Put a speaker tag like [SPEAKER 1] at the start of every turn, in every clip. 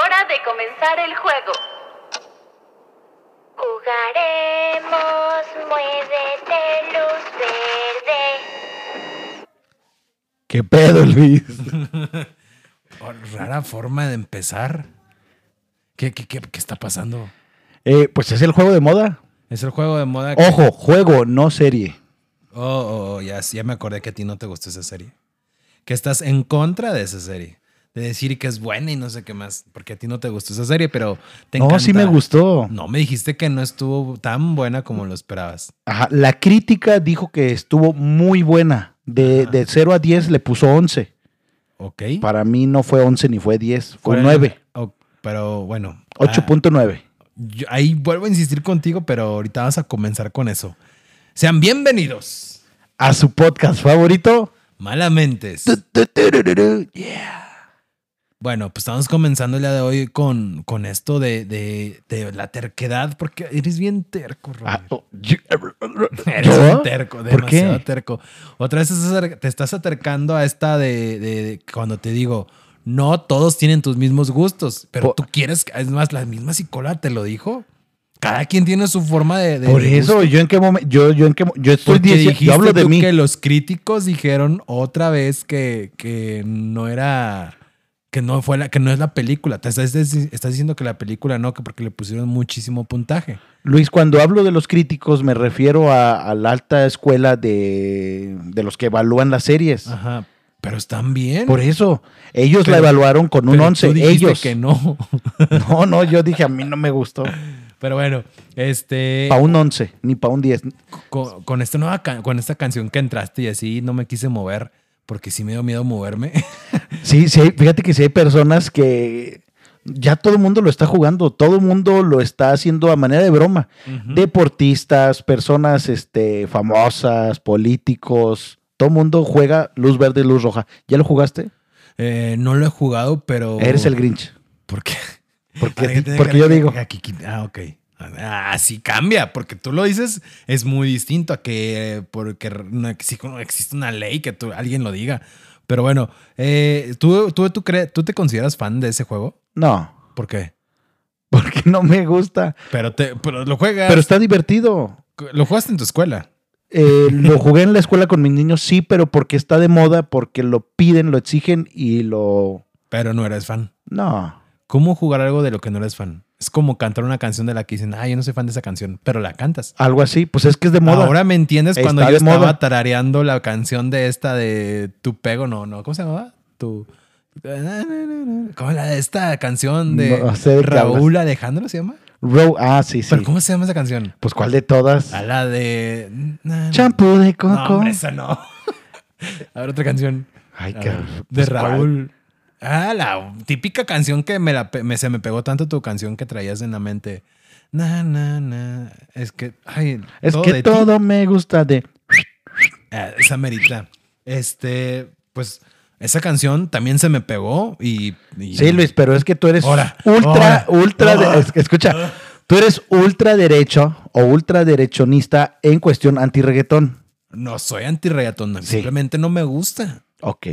[SPEAKER 1] de comenzar el juego.
[SPEAKER 2] Jugaremos, muévete, luz verde.
[SPEAKER 3] ¿Qué pedo, Luis?
[SPEAKER 4] Oh, rara forma de empezar. ¿Qué, qué, qué, qué está pasando?
[SPEAKER 3] Eh, pues es el juego de moda.
[SPEAKER 4] Es el juego de moda. que-
[SPEAKER 3] Ojo, juego, no serie.
[SPEAKER 4] Oh, oh, oh, ya, ya me acordé que a ti no te gustó esa serie. Que estás en contra de esa serie. De decir que es buena y no sé qué más. Porque a ti no te gustó esa serie, pero te
[SPEAKER 3] No, sí me
[SPEAKER 4] encanta.
[SPEAKER 3] gustó.
[SPEAKER 4] No, me dijiste que no estuvo tan buena como lo esperabas.
[SPEAKER 3] Ajá, La crítica dijo que estuvo muy buena. De, de 0 a 10 le puso 11.
[SPEAKER 4] ¿Ok?
[SPEAKER 3] Para mí no fue 11 ni fue 10,
[SPEAKER 4] ¿Cuál
[SPEAKER 3] fue
[SPEAKER 4] era-
[SPEAKER 3] 9.
[SPEAKER 4] oh, pero bueno. ah,
[SPEAKER 3] 8.9.
[SPEAKER 4] yo- ahí vuelvo a insistir contigo, pero ahorita vas a comenzar con eso. Sean bienvenidos.
[SPEAKER 3] A su podcast favorito.
[SPEAKER 4] Malamentes.
[SPEAKER 3] Tu, tu, turururu, yeah.
[SPEAKER 4] Bueno, pues estamos comenzando el día de hoy con, con esto de, de- de la terquedad, porque eres bien terco,
[SPEAKER 3] Ah,
[SPEAKER 4] Robert.
[SPEAKER 3] oh, yo-
[SPEAKER 4] Eres
[SPEAKER 3] Ah, ¿Yo?
[SPEAKER 4] un terco,
[SPEAKER 3] ¿Por qué?
[SPEAKER 4] demasiado terco. Otra vez estás acer- te estás acercando a esta de, de- de cuando te digo, no todos tienen tus mismos gustos, pero
[SPEAKER 3] Por-
[SPEAKER 4] tú quieres, es más, la misma psicóloga te lo dijo. Cada quien tiene su forma de... de-
[SPEAKER 3] Por
[SPEAKER 4] de
[SPEAKER 3] eso,
[SPEAKER 4] gusto.
[SPEAKER 3] yo en qué momento, yo, yo en qué, mo- yo estoy
[SPEAKER 4] Porque
[SPEAKER 3] diciendo,
[SPEAKER 4] dijiste
[SPEAKER 3] yo hablo de
[SPEAKER 4] tú
[SPEAKER 3] mí.
[SPEAKER 4] que los críticos dijeron otra vez que, que no era que no fue la que no es la película. Te estás, deci- estás diciendo que la película no, que porque le pusieron muchísimo puntaje.
[SPEAKER 3] Luis, cuando hablo de los críticos me refiero a, a la alta escuela de, de los que evalúan las series.
[SPEAKER 4] Ajá. Pero están bien.
[SPEAKER 3] Por eso, ellos
[SPEAKER 4] Ah. Pero-
[SPEAKER 3] la evaluaron con un
[SPEAKER 4] Pero tú
[SPEAKER 3] 11,
[SPEAKER 4] dijiste
[SPEAKER 3] ellos.
[SPEAKER 4] que no.
[SPEAKER 3] No, no, yo dije, a mí no me gustó.
[SPEAKER 4] Pero bueno, este
[SPEAKER 3] Pa' un 11, ni pa' un 10.
[SPEAKER 4] con, con esta nueva can- con esta canción que entraste y así no me quise mover porque sí me dio miedo moverme.
[SPEAKER 3] Sí, sí, hay- fíjate que sí hay personas que ya todo el mundo lo está jugando, todo el mundo lo está haciendo a manera de broma. Deportistas, personas este, famosas, políticos, todo el mundo juega luz verde y luz roja. ¿Ya lo jugaste?
[SPEAKER 4] Eh, no lo he jugado, pero
[SPEAKER 3] Eres el Grinch.
[SPEAKER 4] ¿Por qué?
[SPEAKER 3] Porque,
[SPEAKER 4] Ah,
[SPEAKER 3] ti-
[SPEAKER 4] tiene
[SPEAKER 3] porque
[SPEAKER 4] que-
[SPEAKER 3] yo digo,
[SPEAKER 4] aquí- aquí- ah, ok. Ah, Así cambia, porque tú lo dices, es muy distinto a que eh, porque no exi- no existe una ley que tú- alguien lo diga. Pero bueno, eh, ¿tú, tú, tú, cre- ¿tú te consideras fan de ese juego?
[SPEAKER 3] no,
[SPEAKER 4] ¿Por qué?
[SPEAKER 3] porque no me gusta.
[SPEAKER 4] Pero, te, pero lo juegas,
[SPEAKER 3] Pero está divertido.
[SPEAKER 4] lo jugaste en tu escuela.
[SPEAKER 3] Eh, lo jugué en la escuela con mis niños, sí, pero porque está de moda, porque lo piden, lo exigen y lo...
[SPEAKER 4] Pero no eres fan.
[SPEAKER 3] No.
[SPEAKER 4] ¿Cómo jugar algo de lo que no eres fan? Es como cantar una canción de la que dicen, ah, yo no soy fan de esa canción, pero la cantas.
[SPEAKER 3] Algo así, pues es que es de moda.
[SPEAKER 4] Ahora me entiendes
[SPEAKER 3] Está
[SPEAKER 4] cuando yo
[SPEAKER 3] de
[SPEAKER 4] estaba
[SPEAKER 3] moda.
[SPEAKER 4] tarareando la canción de esta de Tu Pego, no, no, ¿cómo se llamaba? Tu. ¿Cómo la de esta canción de
[SPEAKER 3] No sé de qué
[SPEAKER 4] Raúl Alejandro se llama?
[SPEAKER 3] Ro- ah, sí, sí.
[SPEAKER 4] ¿Pero cómo se llama esa canción?
[SPEAKER 3] Pues cuál de todas.
[SPEAKER 4] A la de.
[SPEAKER 3] Champú de coco.
[SPEAKER 4] No, hombre, esa no. A ver, otra canción.
[SPEAKER 3] Ay,
[SPEAKER 4] A
[SPEAKER 3] qué-
[SPEAKER 4] ver, De
[SPEAKER 3] pues, ¿cuál?
[SPEAKER 4] Raúl. Ah, la típica canción que me, la pe- me- se me pegó tanto tu canción que traías en la mente. Na, na, na. Es que. Ay,
[SPEAKER 3] Es
[SPEAKER 4] todo de
[SPEAKER 3] que
[SPEAKER 4] ti.
[SPEAKER 3] todo me gusta de.
[SPEAKER 4] Ah, Esa merita. Este, pues, esa canción también se me pegó y. y-
[SPEAKER 3] Sí, Luis, pero es que tú eres
[SPEAKER 4] Ahora,
[SPEAKER 3] ultra,
[SPEAKER 4] ahora,
[SPEAKER 3] ultra. de-
[SPEAKER 4] ahora. Ah.
[SPEAKER 3] es- escucha, tú eres ultra derecho o ultra derechonista en cuestión anti-reggaetón.
[SPEAKER 4] No soy anti
[SPEAKER 3] Sí.
[SPEAKER 4] simplemente no me gusta.
[SPEAKER 3] Ok.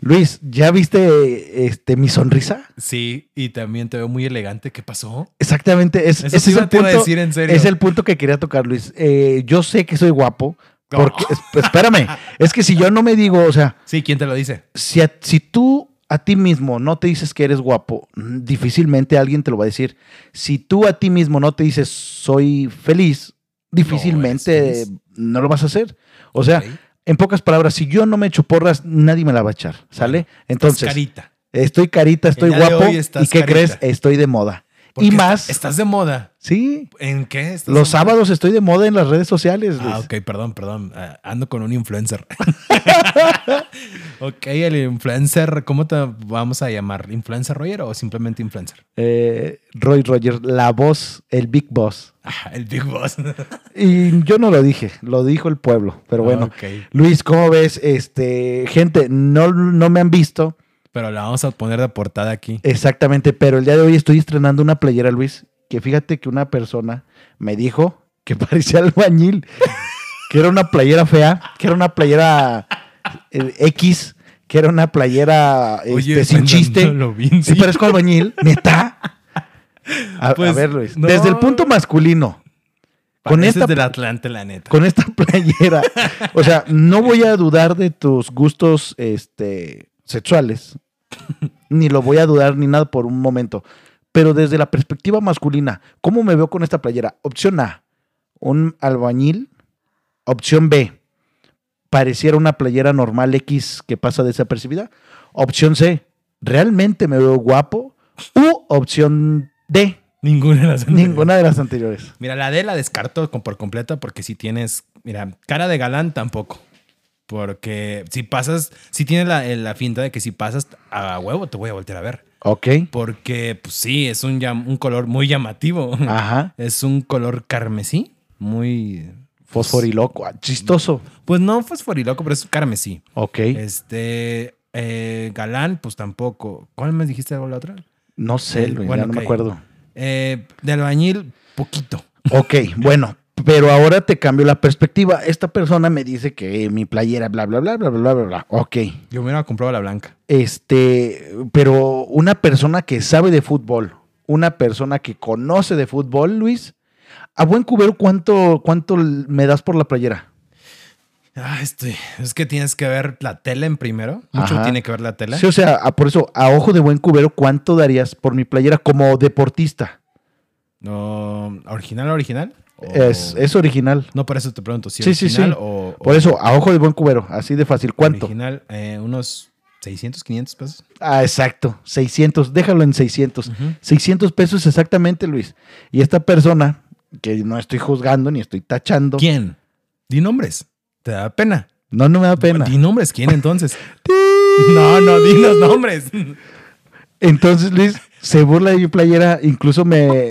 [SPEAKER 3] Luis, ¿ya viste este, mi sonrisa?
[SPEAKER 4] Sí, y también te veo muy elegante. ¿Qué pasó?
[SPEAKER 3] Exactamente. Es,
[SPEAKER 4] Eso
[SPEAKER 3] ese
[SPEAKER 4] sí
[SPEAKER 3] es
[SPEAKER 4] no
[SPEAKER 3] el
[SPEAKER 4] te iba
[SPEAKER 3] punto,
[SPEAKER 4] a decir en serio.
[SPEAKER 3] Es el punto que quería tocar, Luis. Eh, yo sé que soy guapo.
[SPEAKER 4] No.
[SPEAKER 3] Porque, es- espérame, es que si yo no me digo, o sea,
[SPEAKER 4] Sí, ¿quién te lo dice?
[SPEAKER 3] si, a- si tú a ti mismo no te dices que eres guapo, mm, difícilmente alguien te lo va a decir. Si tú a ti mismo no te dices soy feliz,
[SPEAKER 4] No
[SPEAKER 3] difícilmente
[SPEAKER 4] eres feliz.
[SPEAKER 3] no lo vas a hacer. O sea,
[SPEAKER 4] Ok. pues,
[SPEAKER 3] en pocas palabras, si yo no me echo porras, nadie me la va a echar, ¿sale? Entonces,
[SPEAKER 4] Carita.
[SPEAKER 3] estoy carita, estoy
[SPEAKER 4] día de
[SPEAKER 3] guapo.
[SPEAKER 4] hoy
[SPEAKER 3] ¿Y qué
[SPEAKER 4] estás carita.
[SPEAKER 3] crees? Estoy de moda.
[SPEAKER 4] ¿Por
[SPEAKER 3] Y
[SPEAKER 4] qué
[SPEAKER 3] más,
[SPEAKER 4] Estás de moda.
[SPEAKER 3] sí,
[SPEAKER 4] ¿En qué? estás
[SPEAKER 3] los
[SPEAKER 4] de moda?
[SPEAKER 3] sábados estoy de moda en las redes sociales.
[SPEAKER 4] Ah,
[SPEAKER 3] Luis.
[SPEAKER 4] ok, perdón, perdón. Ah, ando con un influencer. ok, el influencer, ¿cómo te vamos a llamar? ¿Influencer Roger o simplemente influencer?
[SPEAKER 3] Eh, Roy Rogers, la voz, el Big Boss.
[SPEAKER 4] Ah, el Big Boss.
[SPEAKER 3] Y yo no lo dije, lo dijo el pueblo. Pero bueno,
[SPEAKER 4] Ok.
[SPEAKER 3] Luis, ¿cómo ves? Este, gente, no, no me han visto
[SPEAKER 4] Pero la vamos a poner de portada aquí.
[SPEAKER 3] exactamente, pero el día de hoy estoy estrenando una playera, Luis, que fíjate que una persona me dijo que parecía albañil, que era una playera fea, que era una playera eh, X, que era una playera este, sin chiste.
[SPEAKER 4] pensándolo bien,
[SPEAKER 3] Si
[SPEAKER 4] sí.
[SPEAKER 3] parezco albañil, neta. A, a
[SPEAKER 4] Pues,
[SPEAKER 3] ver, Luis.
[SPEAKER 4] no.
[SPEAKER 3] Desde el punto masculino, Con
[SPEAKER 4] Pareces
[SPEAKER 3] esta-
[SPEAKER 4] del Atlante, la neta.
[SPEAKER 3] con esta playera, o sea, no voy a dudar de tus gustos este, sexuales, ni lo voy a dudar ni nada por un momento. Pero desde la perspectiva masculina, ¿cómo me veo con esta playera? Opción A, un albañil. Opción B, pareciera una playera normal X que pasa desapercibida. Opción C, realmente me veo guapo. U opción D,
[SPEAKER 4] Ninguna de las
[SPEAKER 3] ninguna de las anteriores.
[SPEAKER 4] Mira, la D la descarto con- por completo porque si tienes, mira, cara de galán tampoco. Porque si pasas, si tienes la, eh, la finta de que si pasas a huevo te voy a voltear a ver.
[SPEAKER 3] Ok.
[SPEAKER 4] Porque pues sí, es un, llam- un color muy llamativo.
[SPEAKER 3] Ajá.
[SPEAKER 4] Es un color carmesí, muy...
[SPEAKER 3] Fosforiloco. ah, Chistoso.
[SPEAKER 4] Pues no fosforiloco, pero es carmesí.
[SPEAKER 3] Ok.
[SPEAKER 4] Este, eh, galán, pues tampoco. ¿Cuál me dijiste algo la otra?
[SPEAKER 3] no sé,
[SPEAKER 4] el-
[SPEAKER 3] Luis,
[SPEAKER 4] bueno,
[SPEAKER 3] ya no
[SPEAKER 4] ok.
[SPEAKER 3] me acuerdo.
[SPEAKER 4] Eh, de albañil, poquito.
[SPEAKER 3] Ok, bueno, pero ahora te cambio la perspectiva. Esta persona me dice que eh, mi playera, bla, bla, bla, bla, bla, bla, bla. Ok.
[SPEAKER 4] Yo hubiera comprado la blanca.
[SPEAKER 3] Este, pero una persona que sabe de fútbol, una persona que conoce de fútbol, Luis, a buen cubero, ¿cuánto, cuánto me das por la playera?
[SPEAKER 4] Ah, estoy. Es que tienes que ver la tele en primero. Mucho
[SPEAKER 3] Ajá.
[SPEAKER 4] tiene que ver la tele.
[SPEAKER 3] Sí, o sea, a- por eso, a ojo de buen cubero, ¿cuánto darías por mi playera como deportista?
[SPEAKER 4] No, ¿Original, original? O-
[SPEAKER 3] Es, es original.
[SPEAKER 4] No, por eso te pregunto. Si
[SPEAKER 3] Sí, sí,
[SPEAKER 4] original
[SPEAKER 3] sí.
[SPEAKER 4] O, o
[SPEAKER 3] Por eso, a ojo de buen cubero, así de fácil. ¿Cuánto?
[SPEAKER 4] Original, eh, unos 600, 500 pesos.
[SPEAKER 3] Ah, exacto, 600, déjalo en 600.
[SPEAKER 4] Ujú.
[SPEAKER 3] 600 pesos exactamente, Luis. Y esta persona, que no estoy juzgando ni estoy tachando.
[SPEAKER 4] ¿Quién? Di nombres. ¿Te da pena?
[SPEAKER 3] No, no me da pena.
[SPEAKER 4] Di nombres. ¿Quién entonces? no, no, di los nombres.
[SPEAKER 3] Entonces, Luis se burla de mi playera, incluso me...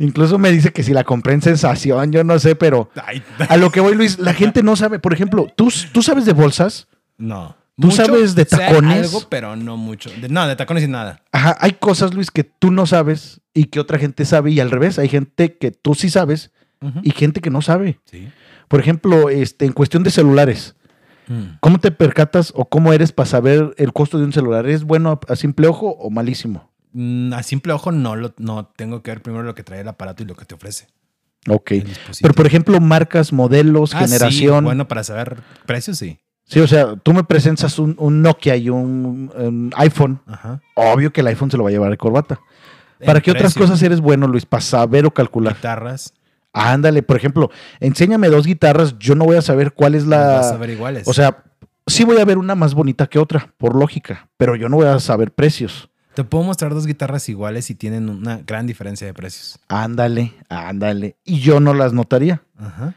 [SPEAKER 3] incluso me dice que si la compré en sensación, yo no sé, pero...
[SPEAKER 4] Ay,
[SPEAKER 3] A lo que voy, Luis, la gente no sabe. Por ejemplo, ¿tú, tú sabes de bolsas?
[SPEAKER 4] no.
[SPEAKER 3] ¿Tú sabes de
[SPEAKER 4] sé
[SPEAKER 3] tacones?
[SPEAKER 4] algo, pero no mucho. De- no, de tacones y nada.
[SPEAKER 3] Ajá, hay cosas, Luis, que tú no sabes y que otra gente sabe y al revés, hay gente que tú sí sabes
[SPEAKER 4] Ujú.
[SPEAKER 3] y gente que no sabe.
[SPEAKER 4] Sí.
[SPEAKER 3] Por ejemplo, este, en cuestión de celulares,
[SPEAKER 4] Mm.
[SPEAKER 3] ¿cómo te percatas o cómo eres para saber el costo de un celular? ¿Es bueno a- a simple ojo o malísimo?
[SPEAKER 4] Mm, A simple ojo no lo no tengo que ver primero lo que trae el aparato y lo que te ofrece.
[SPEAKER 3] Ok.
[SPEAKER 4] el dispositivo.
[SPEAKER 3] Pero, por ejemplo, marcas, modelos,
[SPEAKER 4] Ah, sí,
[SPEAKER 3] generación. Sí,
[SPEAKER 4] bueno, para saber precios, sí.
[SPEAKER 3] o sea, tú me presentas un, un Nokia y un, un iPhone.
[SPEAKER 4] Ajá.
[SPEAKER 3] Obvio que el iPhone se lo va a llevar de corbata. ¿Para
[SPEAKER 4] El
[SPEAKER 3] qué otras
[SPEAKER 4] precio,
[SPEAKER 3] cosas eres bueno, Luis? Para saber o calcular.
[SPEAKER 4] Guitarras.
[SPEAKER 3] Ándale, por ejemplo, enséñame dos guitarras, yo no voy a saber cuál es
[SPEAKER 4] las Vas a
[SPEAKER 3] la...
[SPEAKER 4] ver iguales.
[SPEAKER 3] O sea, sí voy a ver una más bonita que otra, por lógica, pero yo no voy a saber precios.
[SPEAKER 4] te puedo mostrar dos guitarras iguales y tienen una gran diferencia de precios.
[SPEAKER 3] Ándale, ándale. Y yo no las notaría.
[SPEAKER 4] Ajá.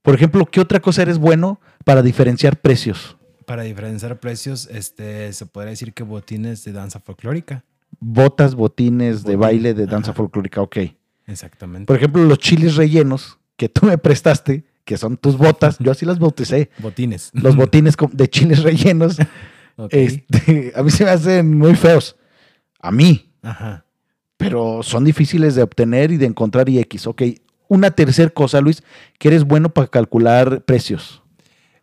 [SPEAKER 3] Por ejemplo, ¿qué otra cosa eres bueno para diferenciar precios?
[SPEAKER 4] Para diferenciar precios, este, se podría decir que botines de danza folclórica.
[SPEAKER 3] Botas, botines de
[SPEAKER 4] Botín,
[SPEAKER 3] baile, de danza
[SPEAKER 4] ajá.
[SPEAKER 3] folclórica, ok.
[SPEAKER 4] Exactamente.
[SPEAKER 3] Por ejemplo, los chiles rellenos que tú me prestaste, que son tus botas, yo así las bauticé.
[SPEAKER 4] Botines.
[SPEAKER 3] Los botines con- de chiles rellenos
[SPEAKER 4] Ok.
[SPEAKER 3] Este, a mí se me hacen muy feos. A mí.
[SPEAKER 4] Ajá.
[SPEAKER 3] Pero son difíciles de obtener y de encontrar y X. Ok. Una tercer cosa, Luis, que eres bueno para calcular precios.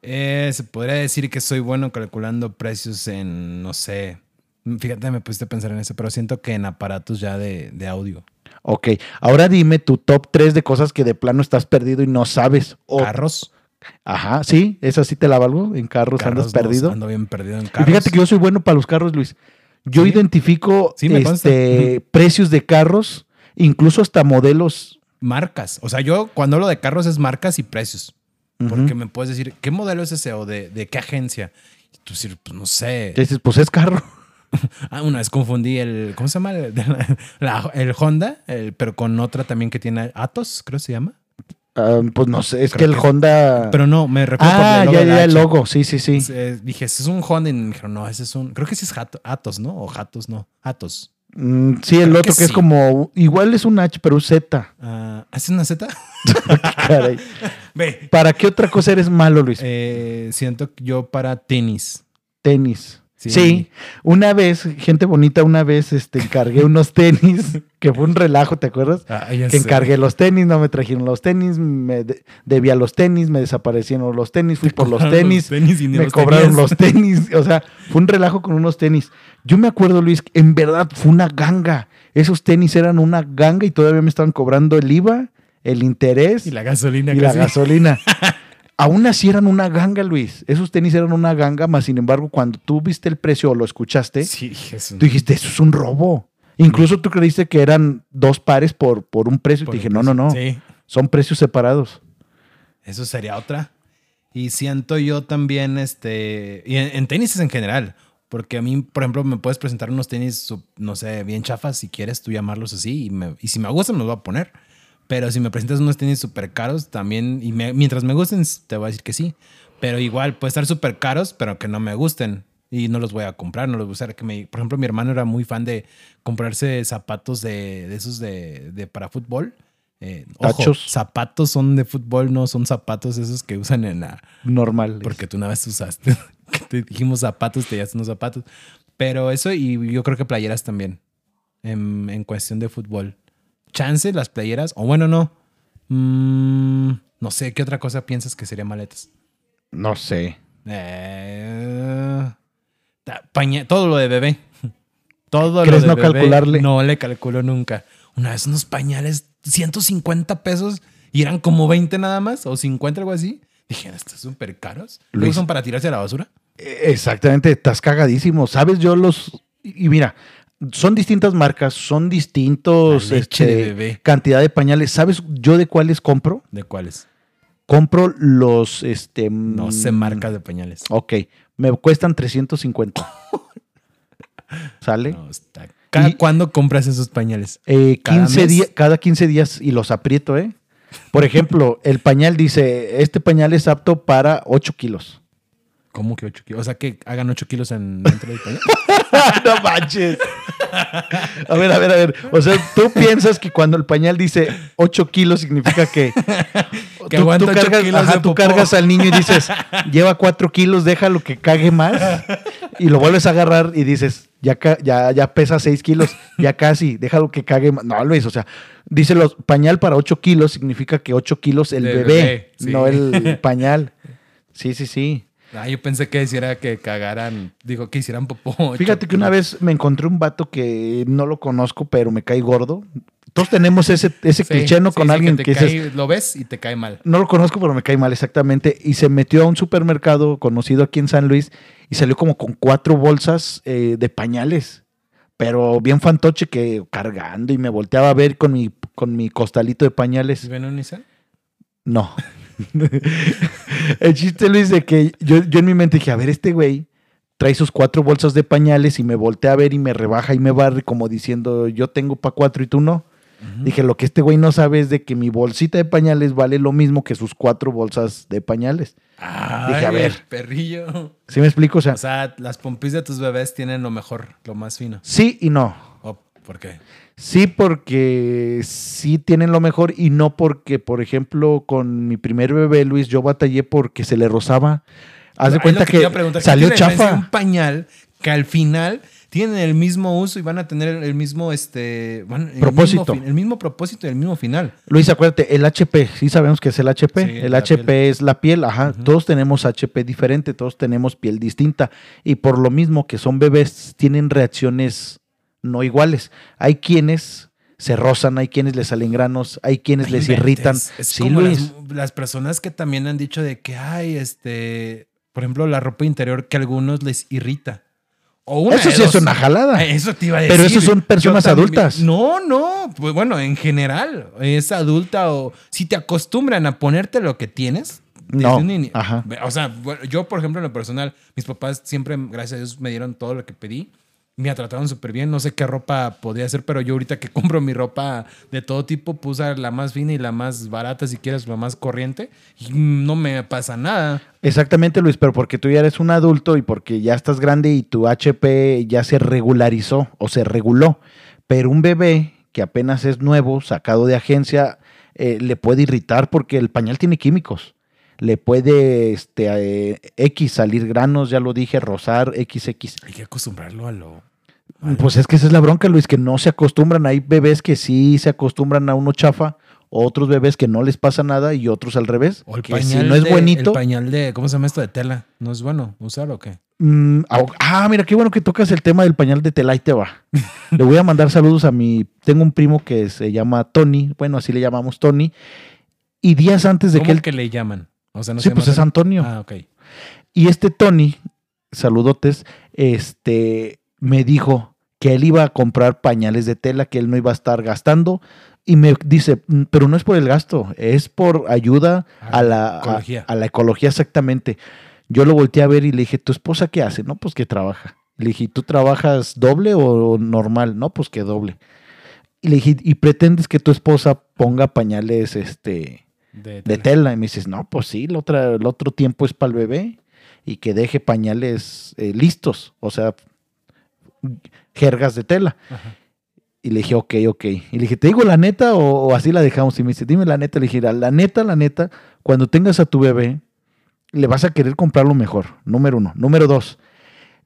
[SPEAKER 4] Eh, se podría decir que soy bueno calculando precios en, no sé. Fíjate, me pusiste a pensar en eso, pero siento que en aparatos ya de, de audio.
[SPEAKER 3] Ok. Ahora dime tu top 3 de cosas que de plano estás perdido y no sabes. O-
[SPEAKER 4] Carros.
[SPEAKER 3] Ajá, sí, esa sí te la valgo. En carros, andas
[SPEAKER 4] Carros, no,
[SPEAKER 3] perdido.
[SPEAKER 4] Ando bien perdido en carros.
[SPEAKER 3] Fíjate que yo soy bueno para los carros, Luis. Yo
[SPEAKER 4] Sí.
[SPEAKER 3] identifico
[SPEAKER 4] Sí, me consta.
[SPEAKER 3] este, precios de carros, incluso hasta modelos.
[SPEAKER 4] Marcas. O sea, yo cuando hablo de carros es marcas y precios. Porque
[SPEAKER 3] Ujú.
[SPEAKER 4] me puedes decir, ¿qué modelo es ese o de, de qué agencia? Y tú decir, pues no sé.
[SPEAKER 3] Que dices, pues es carro.
[SPEAKER 4] Ah, una vez confundí el, ¿cómo se llama? El, de la- la- el Honda, el- pero con otra también que tiene Atos, creo que se llama.
[SPEAKER 3] Ah, pues no sé, es
[SPEAKER 4] Creo
[SPEAKER 3] que el
[SPEAKER 4] que-
[SPEAKER 3] Honda.
[SPEAKER 4] Pero no, me refiero
[SPEAKER 3] ah,
[SPEAKER 4] por
[SPEAKER 3] ya,
[SPEAKER 4] de
[SPEAKER 3] ya,
[SPEAKER 4] la
[SPEAKER 3] el
[SPEAKER 4] H.
[SPEAKER 3] logo, sí, sí, sí.
[SPEAKER 4] Eh, dije, ese es un Honda. Y me dijeron, no, ese es un. Creo que ese es Hato- Atos, ¿no? O Atos, no. Atos.
[SPEAKER 3] Mm, sí, el
[SPEAKER 4] creo
[SPEAKER 3] otro que,
[SPEAKER 4] que
[SPEAKER 3] es
[SPEAKER 4] sí.
[SPEAKER 3] como. Igual es un H, pero un Z.
[SPEAKER 4] Ah, ¿Haces una Z?
[SPEAKER 3] Caray.
[SPEAKER 4] Ve.
[SPEAKER 3] ¿Para qué otra cosa eres malo, Luis?
[SPEAKER 4] Eh, siento que yo para tenis.
[SPEAKER 3] Tenis. Sí. Una vez, gente bonita, una vez este, encargué unos tenis, que fue un relajo, ¿te acuerdas?
[SPEAKER 4] Ah, ya
[SPEAKER 3] que
[SPEAKER 4] sé.
[SPEAKER 3] encargué los tenis, no me trajeron los tenis, me de- debía los tenis, me desaparecieron los tenis, fui por los
[SPEAKER 4] cobraron
[SPEAKER 3] tenis,
[SPEAKER 4] los tenis y ni
[SPEAKER 3] me
[SPEAKER 4] los
[SPEAKER 3] cobraron
[SPEAKER 4] tenías.
[SPEAKER 3] los tenis, o sea, fue un relajo con unos tenis. Yo me acuerdo, Luis, que en verdad fue una ganga. Esos tenis eran una ganga y todavía me estaban cobrando el IVA, el interés
[SPEAKER 4] Y la gasolina
[SPEAKER 3] y la
[SPEAKER 4] casi.
[SPEAKER 3] gasolina. Aún así eran una ganga, Luis. Esos tenis eran una ganga, más sin embargo, cuando tú viste el precio o lo escuchaste,
[SPEAKER 4] Sí, Jesús.
[SPEAKER 3] tú dijiste, eso es un robo. Incluso tú creíste que eran dos pares por, por un precio.
[SPEAKER 4] Por
[SPEAKER 3] y te
[SPEAKER 4] el
[SPEAKER 3] dije, no, no,
[SPEAKER 4] precio.
[SPEAKER 3] no.
[SPEAKER 4] Sí,
[SPEAKER 3] Son precios separados.
[SPEAKER 4] eso sería otra. Y siento yo también, este, y en, en tenis en general, porque a mí, por ejemplo, me puedes presentar unos tenis, sup- no sé, bien chafas, si quieres tú llamarlos así, y, me- y si me gustan, me los voy a poner. Pero si me presentas unos tenis súper caros, también, y me- mientras me gusten, te voy a decir que sí. Pero igual, puede estar súper caros, pero que no me gusten. Y no los voy a comprar, no los voy a usar. Que me, por ejemplo, mi hermano era muy fan de comprarse zapatos de, de esos de, de para fútbol. Eh, ojo,
[SPEAKER 3] Tachos.
[SPEAKER 4] zapatos son de fútbol, no son zapatos esos que usan en la...
[SPEAKER 3] Normal. Luis.
[SPEAKER 4] Porque tú una vez usaste, que te dijimos zapatos, te llevaste unos zapatos. Pero eso y yo creo que playeras también, en, en cuestión de fútbol. Chance las playeras, o bueno, no. Mm, no sé, ¿qué otra cosa piensas que serían maletas?
[SPEAKER 3] No sé.
[SPEAKER 4] Eh, ta- pañe- todo lo de bebé. Todo
[SPEAKER 3] ¿Crees no
[SPEAKER 4] lo de bebé,
[SPEAKER 3] calcularle?
[SPEAKER 4] No le calculo nunca. Una vez unos pañales, 150 pesos, y eran como 20 nada más, o 50, algo así. Dije, estos súper caros. ¿Lo
[SPEAKER 3] Luis.
[SPEAKER 4] usan para tirarse a la basura?
[SPEAKER 3] E, Exactamente, estás cagadísimo. Sabes, yo los. Y mira, son distintas marcas, son distintos
[SPEAKER 4] La leche de
[SPEAKER 3] este,
[SPEAKER 4] bebé.
[SPEAKER 3] cantidad de pañales. ¿Sabes yo de cuáles compro?
[SPEAKER 4] ¿De cuáles?
[SPEAKER 3] Compro los este
[SPEAKER 4] No sé
[SPEAKER 3] mm,
[SPEAKER 4] marcas de pañales.
[SPEAKER 3] Ok, me cuestan 350. ¿Sale?
[SPEAKER 4] No, está- ¿Cada
[SPEAKER 3] Y-
[SPEAKER 4] cuándo compras esos pañales?
[SPEAKER 3] Eh,
[SPEAKER 4] ¿Cada
[SPEAKER 3] 15
[SPEAKER 4] mes?
[SPEAKER 3] días, cada 15 días y los aprieto, ¿eh? Por ejemplo, el pañal dice, este pañal es apto para 8 kilos.
[SPEAKER 4] ¿Cómo que 8 kilos? O sea, que hagan 8 kilos en dentro del pañal.
[SPEAKER 3] no manches. A ver, a ver, a ver. O sea, tú piensas que cuando el pañal dice 8 kilos significa que,
[SPEAKER 4] Que
[SPEAKER 3] tú,
[SPEAKER 4] aguanta
[SPEAKER 3] tú
[SPEAKER 4] ocho
[SPEAKER 3] cargas,
[SPEAKER 4] kilos
[SPEAKER 3] ajá,
[SPEAKER 4] de
[SPEAKER 3] tú
[SPEAKER 4] popó.
[SPEAKER 3] cargas al niño y dices, lleva 4 kilos, déjalo que cague más. Y lo vuelves a agarrar y dices, ya, ca- ya, ya pesa 6 kilos, ya casi, déjalo que cague más. No, Luis, o sea, dice los pañal para 8 kilos significa que 8 kilos el
[SPEAKER 4] El
[SPEAKER 3] bebé,
[SPEAKER 4] bebé, sí.
[SPEAKER 3] no el pañal. Sí, sí, sí.
[SPEAKER 4] Ah, yo pensé que hiciera que cagaran, digo, que hicieran popó. ocho
[SPEAKER 3] Fíjate que una
[SPEAKER 4] kilos.
[SPEAKER 3] vez me encontré un vato que no lo conozco, pero me cae gordo. Todos tenemos ese, ese
[SPEAKER 4] Sí,
[SPEAKER 3] cliché, ¿no?
[SPEAKER 4] sí,
[SPEAKER 3] Con
[SPEAKER 4] sí,
[SPEAKER 3] alguien
[SPEAKER 4] te
[SPEAKER 3] que, dices,
[SPEAKER 4] cae- lo ves y te cae mal.
[SPEAKER 3] no lo conozco, pero me cae mal, exactamente. Y se metió a un supermercado conocido aquí en San Luis y salió como con cuatro bolsas eh, de pañales. Pero bien fantoche que cargando y me volteaba a ver con mi, con mi costalito de pañales.
[SPEAKER 4] ¿Ven un Nissan?
[SPEAKER 3] No. El chiste, Luis, de que yo, yo en mi mente dije, a ver, este güey trae sus cuatro bolsas de pañales y me voltea a ver y me rebaja y me barre como diciendo, yo tengo pa' cuatro y tú no. Dije, lo que este güey no sabe es de que mi bolsita de pañales vale lo mismo que sus cuatro bolsas de pañales.
[SPEAKER 4] Ay,
[SPEAKER 3] dije, a ver.
[SPEAKER 4] Perrillo.
[SPEAKER 3] ¿Sí me explico? O sea,
[SPEAKER 4] O sea, las pompis de tus bebés tienen lo mejor, lo más fino.
[SPEAKER 3] sí y no.
[SPEAKER 4] Oh, ¿Por qué?
[SPEAKER 3] Sí porque sí tienen lo mejor y no porque, por ejemplo, con mi primer bebé, Luis, yo batallé porque se le rozaba. Haz de
[SPEAKER 4] Ahí lo
[SPEAKER 3] cuenta
[SPEAKER 4] te
[SPEAKER 3] que,
[SPEAKER 4] iba a preguntar, ¿qué
[SPEAKER 3] salió
[SPEAKER 4] tiene la diferencia de
[SPEAKER 3] chafa.
[SPEAKER 4] Un pañal que al final tienen el mismo uso y van a tener el mismo, este, van- el mismo
[SPEAKER 3] Propósito.
[SPEAKER 4] fin- el mismo propósito y el mismo final.
[SPEAKER 3] Luis, acuérdate, el HP, sí sabemos que es el HP.
[SPEAKER 4] Sí,
[SPEAKER 3] el
[SPEAKER 4] la
[SPEAKER 3] HP
[SPEAKER 4] piel.
[SPEAKER 3] es la piel, ajá. Todos tenemos HP diferente, todos tenemos piel distinta. Y por lo mismo que son bebés, tienen reacciones no iguales. Hay quienes se rozan, hay quienes les salen granos, hay quienes les
[SPEAKER 4] inventes.
[SPEAKER 3] irritan.
[SPEAKER 4] Es
[SPEAKER 3] sí,
[SPEAKER 4] como
[SPEAKER 3] Luis.
[SPEAKER 4] Las, las personas que también han dicho de que hay, este, por ejemplo, la ropa interior que a algunos les irrita. O una
[SPEAKER 3] Eso
[SPEAKER 4] de
[SPEAKER 3] sí es
[SPEAKER 4] dos.
[SPEAKER 3] una jalada.
[SPEAKER 4] Eh, Eso te iba a decir.
[SPEAKER 3] Pero esos son
[SPEAKER 4] Yo
[SPEAKER 3] personas
[SPEAKER 4] también-
[SPEAKER 3] adultas.
[SPEAKER 4] No, no. Pues bueno, en general, es adulta o si te acostumbran a ponerte lo que tienes. desde
[SPEAKER 3] No,
[SPEAKER 4] un ini-
[SPEAKER 3] ajá.
[SPEAKER 4] O sea, bueno, yo, por ejemplo, en lo personal, mis papás siempre, gracias a Dios, me dieron todo lo que pedí. Me trataron súper bien. No sé qué ropa podía ser, pero yo ahorita que compro mi ropa de todo tipo, puse la más fina y la más barata, si quieres, la más corriente. Y no me pasa nada.
[SPEAKER 3] Exactamente, Luis, pero porque tú ya eres un adulto y porque ya estás grande y tu HP ya se regularizó o se reguló. Pero un bebé que apenas es nuevo, sacado de agencia, eh, le puede irritar porque el pañal tiene químicos. le puede este, eh, X salir granos, ya lo dije, rozar, XX.
[SPEAKER 4] Hay que acostumbrarlo a lo.
[SPEAKER 3] Pues es que esa es la bronca, Luis, que no se acostumbran. Hay bebés que sí se acostumbran a uno chafa, otros bebés que no les pasa nada y otros al revés.
[SPEAKER 4] O el
[SPEAKER 3] que
[SPEAKER 4] pañal
[SPEAKER 3] si no es
[SPEAKER 4] de-
[SPEAKER 3] buenito.
[SPEAKER 4] El pañal de. ¿Cómo se llama esto de tela? ¿No es bueno usar o qué?
[SPEAKER 3] mm, au- ah, mira, qué bueno que tocas el tema del pañal de tela y te va. Le voy a mandar saludos a mi. Tengo un primo que se llama Tony, bueno, así le llamamos Tony. Y días antes de
[SPEAKER 4] ¿Cómo
[SPEAKER 3] que él.
[SPEAKER 4] que le llaman? O sea, no
[SPEAKER 3] sí,
[SPEAKER 4] se
[SPEAKER 3] pues es
[SPEAKER 4] llama
[SPEAKER 3] Antonio.
[SPEAKER 4] Ah, ok.
[SPEAKER 3] Y este Tony, saludotes, este, me dijo que él iba a comprar pañales de tela, que él no iba a estar gastando. Y me dice, "Mm, pero no es por el gasto, es por ayuda a
[SPEAKER 4] A la
[SPEAKER 3] la, a-
[SPEAKER 4] ecología.
[SPEAKER 3] a la ecología exactamente. Yo lo volteé a ver y le dije, ¿tu esposa qué hace? No, pues que trabaja. Le dije, ¿tú trabajas doble o normal? No, pues que doble. Y le dije, ¿y pretendes que tu esposa ponga pañales este,
[SPEAKER 4] De
[SPEAKER 3] de tela. Y me dices, no, pues sí, el otro, el otro tiempo es para el bebé y que deje pañales eh, listos, o sea, jergas de tela.
[SPEAKER 4] Ajá.
[SPEAKER 3] Y le dije, ok, ok. Y le dije, ¿te digo la neta o, o así la dejamos? Y me dice, dime la neta. Le dije, "La- la neta, la neta, cuando tengas a tu bebé, le vas a querer comprar lo mejor. Número uno. Número dos.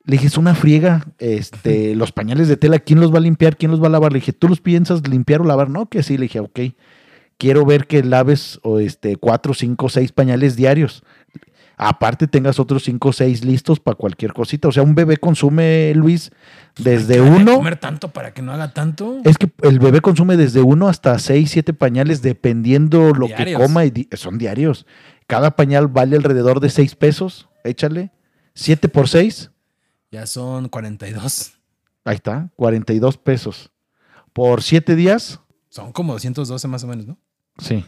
[SPEAKER 3] Le dije, es una friega, este, los pañales de tela, ¿quién los va a limpiar? ¿Quién los va a lavar? Le dije, ¿tú los piensas limpiar o lavar? No, que sí. Le dije, ok. Quiero ver que laves o este, cuatro, cinco, seis pañales diarios. Aparte tengas otros cinco, seis listos para cualquier cosita. O sea, un bebé consume, Luis, desde
[SPEAKER 4] Hay que
[SPEAKER 3] uno.
[SPEAKER 4] comer tanto para que no haga tanto?
[SPEAKER 3] Es que el bebé consume desde uno hasta seis, siete pañales, dependiendo lo
[SPEAKER 4] Diarios.
[SPEAKER 3] que coma. Y di- son diarios. Cada pañal vale alrededor de seis pesos. Échale. Siete por seis.
[SPEAKER 4] Ya son 42.
[SPEAKER 3] Ahí está. 42 pesos. Por siete días.
[SPEAKER 4] Son como 212 más o menos, ¿no?
[SPEAKER 3] Sí.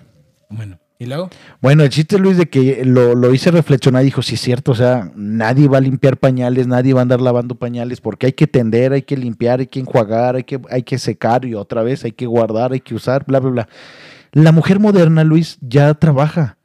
[SPEAKER 4] Bueno. ¿Y luego?
[SPEAKER 3] Bueno, el chiste, Luis, de que lo, lo hice reflexionar, dijo, sí es cierto, o sea, nadie va a limpiar pañales, nadie va a andar lavando pañales, porque hay que tender, hay que limpiar, hay que enjuagar, hay que, hay que secar y otra vez hay que guardar, hay que usar, bla, bla, bla. La mujer moderna, Luis, ya trabaja.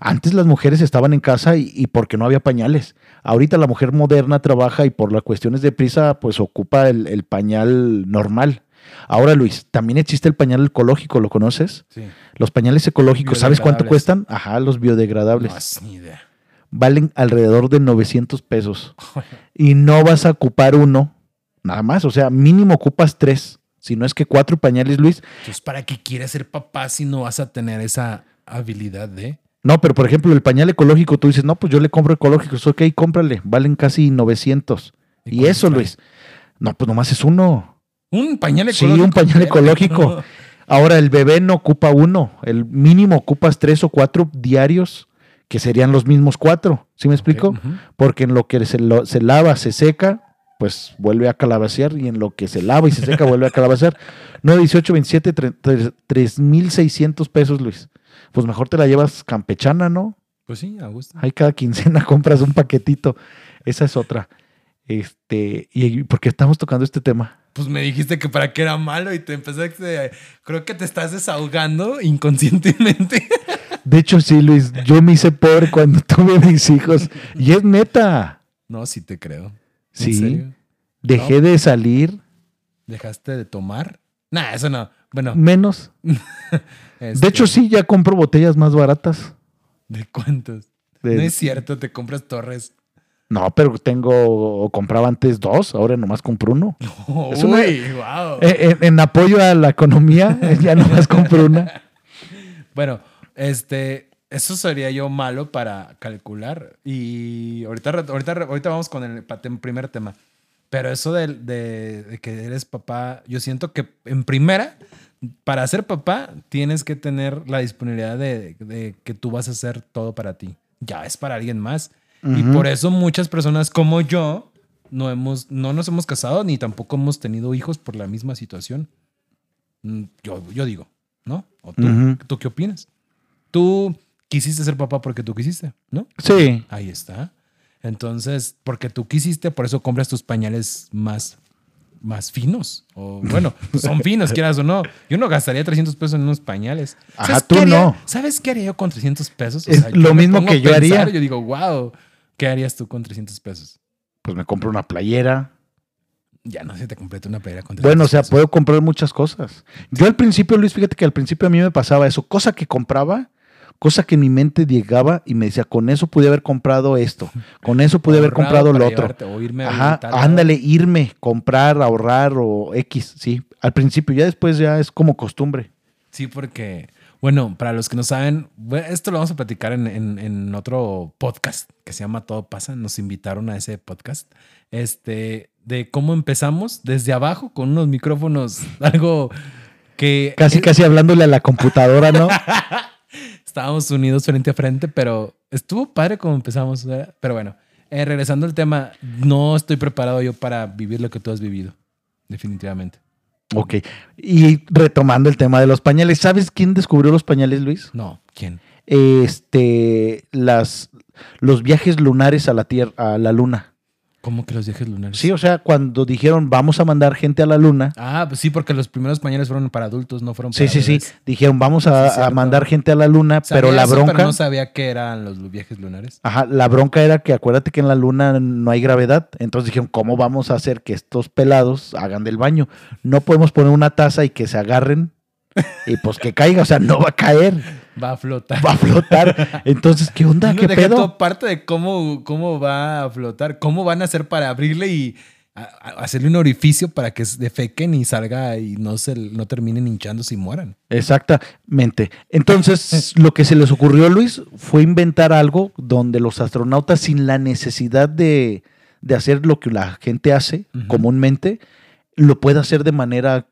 [SPEAKER 3] Antes las mujeres estaban en casa y, y porque no había pañales. Ahorita la mujer moderna trabaja y por las cuestiones de prisa, pues ocupa el, el pañal normal. Ahora, Luis, también existe el pañal ecológico, ¿lo conoces?
[SPEAKER 4] Sí.
[SPEAKER 3] Los pañales ecológicos, ¿sabes cuánto
[SPEAKER 4] Biodegradables.
[SPEAKER 3] cuestan? Ajá, los biodegradables.
[SPEAKER 4] No, es ni idea.
[SPEAKER 3] Valen alrededor de 900 pesos. Y no vas a ocupar uno, nada más. O sea, mínimo ocupas tres. Si no es que cuatro pañales, Luis.
[SPEAKER 4] Entonces, ¿para qué quieres ser papá si no vas a tener esa habilidad de...?
[SPEAKER 3] No, pero por ejemplo, el pañal ecológico, tú dices, no, pues yo le compro ecológicos. Ok, cómprale. Valen casi 900.
[SPEAKER 4] ¿Y
[SPEAKER 3] Y,
[SPEAKER 4] cuánto
[SPEAKER 3] eso,
[SPEAKER 4] trae?
[SPEAKER 3] Luis. No, pues nomás es uno.
[SPEAKER 4] Un pañal
[SPEAKER 3] Sí,
[SPEAKER 4] ecológico.
[SPEAKER 3] un pañal
[SPEAKER 4] Verga,
[SPEAKER 3] ecológico.
[SPEAKER 4] no.
[SPEAKER 3] Ahora, el bebé no ocupa uno. El mínimo ocupas tres o cuatro diarios, que serían los mismos cuatro. ¿Sí me explico?
[SPEAKER 4] Ujú.
[SPEAKER 3] porque en lo que se, lo- se lava, se seca, pues vuelve a calabacear y en lo que se lava y se seca, vuelve a calabacear. 9, 18, 27, tre- tre- 3,600 pesos, Luis. Pues mejor te la llevas campechana, ¿no?
[SPEAKER 4] Pues sí, a gusto.
[SPEAKER 3] Ahí cada quincena compras un paquetito. Esa es otra. Este, y porque estamos tocando este tema.
[SPEAKER 4] Pues me dijiste que para qué era malo y te empezaste... a- eh, Creo que te estás desahogando inconscientemente.
[SPEAKER 3] De hecho, sí, Luis, yo me hice pobre cuando tuve mis hijos. Y es neta.
[SPEAKER 4] no, sí te creo. ¿En
[SPEAKER 3] Sí.
[SPEAKER 4] serio?
[SPEAKER 3] Dejé de salir
[SPEAKER 4] ¿Dejaste de tomar? Nah, eso no. Bueno.
[SPEAKER 3] menos.
[SPEAKER 4] este,
[SPEAKER 3] De hecho, sí, ya compro botellas más baratas.
[SPEAKER 4] ¿De cuántos?
[SPEAKER 3] De-
[SPEAKER 4] No es cierto, te compras torres.
[SPEAKER 3] No, pero tengo, o compraba antes dos, ahora nomás compro uno. Es una-
[SPEAKER 4] Uy, wow.
[SPEAKER 3] Eh, en, en apoyo a la economía, eh, ya nomás compro una.
[SPEAKER 4] Bueno, este, eso sería yo malo para calcular. Y ahorita, re- ahorita, re- ahorita vamos con el pa- tem- primer tema. Pero eso del- de, de que eres papá, yo siento que en primera, para ser papá, tienes que tener la disponibilidad de, de que tú vas a hacer todo para ti. Ya es para alguien más. Y
[SPEAKER 3] Ujú.
[SPEAKER 4] por eso muchas personas como yo no, hemos, no nos hemos casado ni tampoco hemos tenido hijos por la misma situación. Mm, Yo, yo digo, ¿no? ¿O tú?
[SPEAKER 3] Ujú.
[SPEAKER 4] ¿Tú qué opinas? Tú quisiste ser papá porque tú quisiste, ¿no?
[SPEAKER 3] Sí,
[SPEAKER 4] Ahí está. Entonces, porque tú quisiste, por eso compras tus pañales más, más finos. O bueno, son finos, quieras o no. Yo no gastaría 300 pesos en unos pañales.
[SPEAKER 3] Ajá,
[SPEAKER 4] ¿Sabes
[SPEAKER 3] tú
[SPEAKER 4] qué haría-
[SPEAKER 3] no.
[SPEAKER 4] ¿Sabes qué haría yo con 300 pesos?
[SPEAKER 3] Es
[SPEAKER 4] yo
[SPEAKER 3] lo
[SPEAKER 4] me
[SPEAKER 3] mismo
[SPEAKER 4] pongo
[SPEAKER 3] que
[SPEAKER 4] a
[SPEAKER 3] yo haría.
[SPEAKER 4] pensar, Yo digo, wow, ¿qué harías tú con 300 pesos?
[SPEAKER 3] pues me compro una playera.
[SPEAKER 4] Ya no se te completa una playera con 300
[SPEAKER 3] Bueno, o sea,
[SPEAKER 4] pesos.
[SPEAKER 3] puedo comprar muchas cosas. Yo al principio, Luis, fíjate que al principio a mí me pasaba eso. Cosa que compraba, cosa que en mi mente llegaba y me decía, con eso pude haber comprado esto, con eso pude haber
[SPEAKER 4] Ahorrado
[SPEAKER 3] comprado lo
[SPEAKER 4] para
[SPEAKER 3] otro.
[SPEAKER 4] llevarte o irme a
[SPEAKER 3] Ajá,
[SPEAKER 4] visitar, ¿verdad?
[SPEAKER 3] ándale, irme, comprar, ahorrar o X, sí. Al principio, ya después ya es como costumbre.
[SPEAKER 4] Sí, porque, bueno, para los que no saben, bueno, esto lo vamos a platicar en, en- en otro podcast que se llama Todo pasa. Nos invitaron a ese podcast. Este, de cómo empezamos desde abajo con unos micrófonos, algo que
[SPEAKER 3] Casi,
[SPEAKER 4] eh,
[SPEAKER 3] casi hablándole a la computadora, ¿no?
[SPEAKER 4] estábamos unidos frente a frente, pero estuvo padre como empezamos. ¿verdad? Pero bueno, eh, regresando al tema, no estoy preparado yo para vivir lo que tú has vivido, definitivamente.
[SPEAKER 3] ok. Y retomando el tema de los pañales, ¿sabes quién descubrió los pañales, Luis?
[SPEAKER 4] No, ¿quién?
[SPEAKER 3] Este, las, los viajes lunares a la Tierra, a la Luna.
[SPEAKER 4] ¿Cómo que los viajes lunares?
[SPEAKER 3] Sí, o sea, cuando dijeron vamos a mandar gente a la Luna,
[SPEAKER 4] Ah, pues sí, porque los primeros pañales fueron para adultos, no fueron para
[SPEAKER 3] Sí, sí, sí.
[SPEAKER 4] bebés.
[SPEAKER 3] Dijeron, vamos a,
[SPEAKER 4] Sí, es
[SPEAKER 3] a
[SPEAKER 4] cierto.
[SPEAKER 3] mandar gente a la luna,
[SPEAKER 4] Sabía
[SPEAKER 3] pero la
[SPEAKER 4] eso,
[SPEAKER 3] bronca.
[SPEAKER 4] no sabía que eran los viajes lunares.
[SPEAKER 3] Ajá, la bronca era que acuérdate que en la luna no hay gravedad. Entonces dijeron, ¿cómo vamos a hacer que estos pelados hagan del baño? No podemos poner una taza y que se agarren y pues que caiga. O sea, no va a caer,
[SPEAKER 4] Va a flotar.
[SPEAKER 3] va a flotar. Entonces, ¿qué onda?
[SPEAKER 4] No,
[SPEAKER 3] ¿Qué
[SPEAKER 4] deja tú
[SPEAKER 3] pedo?
[SPEAKER 4] aparte de cómo, cómo va a flotar, cómo van a hacer para abrirle y a- a- hacerle un orificio para que se defequen y salga y no, se, no terminen hinchándose y mueran.
[SPEAKER 3] Exactamente. Entonces, lo que se les ocurrió, Luis, fue inventar algo donde los astronautas, sin la necesidad de, de hacer lo que la gente hace
[SPEAKER 4] Ujú.
[SPEAKER 3] comúnmente, lo pueda hacer de manera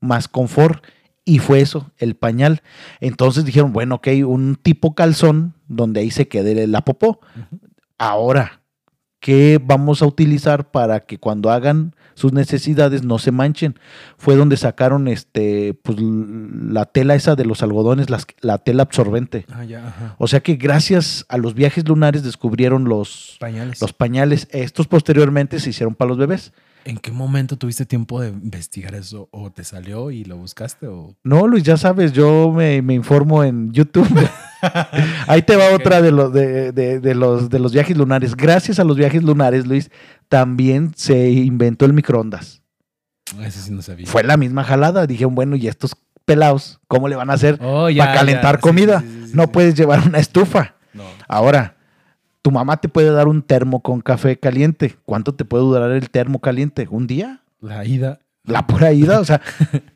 [SPEAKER 3] más confort. Y fue eso, el pañal. Entonces dijeron, bueno, ok, un tipo calzón donde ahí se quede la popó. Ahora, ¿qué vamos a utilizar para que cuando hagan sus necesidades no se manchen? Fue donde sacaron este, pues, l- la tela esa de los algodones, las- la tela absorbente.
[SPEAKER 4] Ah, ya, ajá.
[SPEAKER 3] O sea que gracias a los viajes lunares descubrieron los,
[SPEAKER 4] Pañales.
[SPEAKER 3] los pañales. Estos posteriormente se hicieron para los bebés.
[SPEAKER 4] ¿En qué momento tuviste tiempo de investigar eso? ¿O te salió y lo buscaste? ¿O
[SPEAKER 3] No, Luis, ya sabes, yo me, me informo en YouTube. Ahí te va otra de los, de, de- de los, de los viajes lunares. Gracias a los viajes lunares, Luis, también se inventó el microondas.
[SPEAKER 4] eso sí no sabía?
[SPEAKER 3] Fue la misma jalada. Dije, bueno, ¿y estos pelados cómo le van a hacer
[SPEAKER 4] Oh, ya,
[SPEAKER 3] para calentar
[SPEAKER 4] ya, sí,
[SPEAKER 3] comida?
[SPEAKER 4] sí, sí, sí,
[SPEAKER 3] no
[SPEAKER 4] sí.
[SPEAKER 3] puedes llevar una estufa.
[SPEAKER 4] No.
[SPEAKER 3] Ahora, tu mamá te puede dar un termo con café caliente. ¿Cuánto te puede durar el termo caliente? ¿Un día?
[SPEAKER 4] La ida.
[SPEAKER 3] La pura ida, o sea,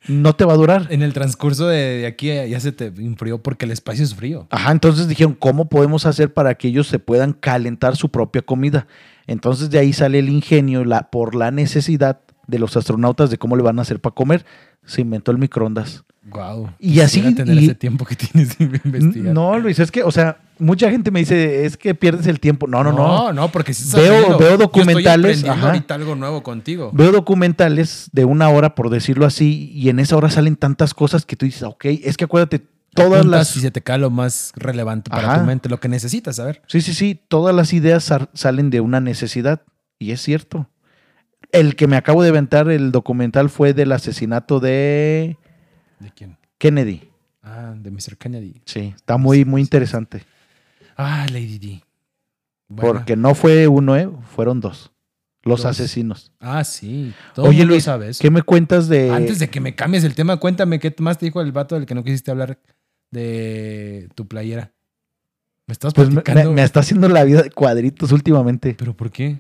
[SPEAKER 3] no te va a durar.
[SPEAKER 4] En el transcurso de, de aquí eh, ya se te enfrió porque el espacio es frío.
[SPEAKER 3] Ajá, entonces dijeron, ¿cómo podemos hacer para que ellos se puedan calentar su propia comida? Entonces de ahí sale el ingenio la, por la necesidad de los astronautas de cómo le van a hacer para comer. Se inventó el microondas.
[SPEAKER 4] Wow.
[SPEAKER 3] Y así-
[SPEAKER 4] tener
[SPEAKER 3] y-
[SPEAKER 4] ese tiempo que tienes de investigar.
[SPEAKER 3] No, Luis, es que, o sea, mucha gente me dice, es que pierdes el tiempo. No, no, no.
[SPEAKER 4] No, no, porque sí está
[SPEAKER 3] Veo- veo
[SPEAKER 4] frío. Yo estoy
[SPEAKER 3] documentales,
[SPEAKER 4] aprendiendo
[SPEAKER 3] ajá.
[SPEAKER 4] ahorita algo nuevo contigo.
[SPEAKER 3] Veo documentales de una hora, por decirlo así, y en esa hora salen tantas cosas que tú dices, ok, es que acuérdate, todas
[SPEAKER 4] Apuntas
[SPEAKER 3] las...
[SPEAKER 4] Y se te cae lo más relevante para
[SPEAKER 3] Ajá.
[SPEAKER 4] tu mente, lo que necesitas saber.
[SPEAKER 3] Sí, sí, sí, todas las ideas sar- salen de una necesidad, y es cierto. El que me acabo de inventar, el documental, fue del asesinato de
[SPEAKER 4] ¿De quién?
[SPEAKER 3] Kennedy.
[SPEAKER 4] Ah, de Mr. Kennedy.
[SPEAKER 3] Sí, está muy, muy interesante.
[SPEAKER 4] Ah, Lady D. Buena.
[SPEAKER 3] Porque no fue uno, ¿eh? fueron dos. Los
[SPEAKER 4] Dos.
[SPEAKER 3] asesinos.
[SPEAKER 4] Ah, sí.
[SPEAKER 3] Oye,
[SPEAKER 4] Oye, lo
[SPEAKER 3] Luis,
[SPEAKER 4] sabes.
[SPEAKER 3] ¿Qué me cuentas de...
[SPEAKER 4] Antes de que me cambies el tema, cuéntame qué más te dijo el vato del que no quisiste hablar de tu playera. Me estás
[SPEAKER 3] Pues me,
[SPEAKER 4] platicando.
[SPEAKER 3] me- me está haciendo la vida de cuadritos últimamente.
[SPEAKER 4] ¿Pero por qué?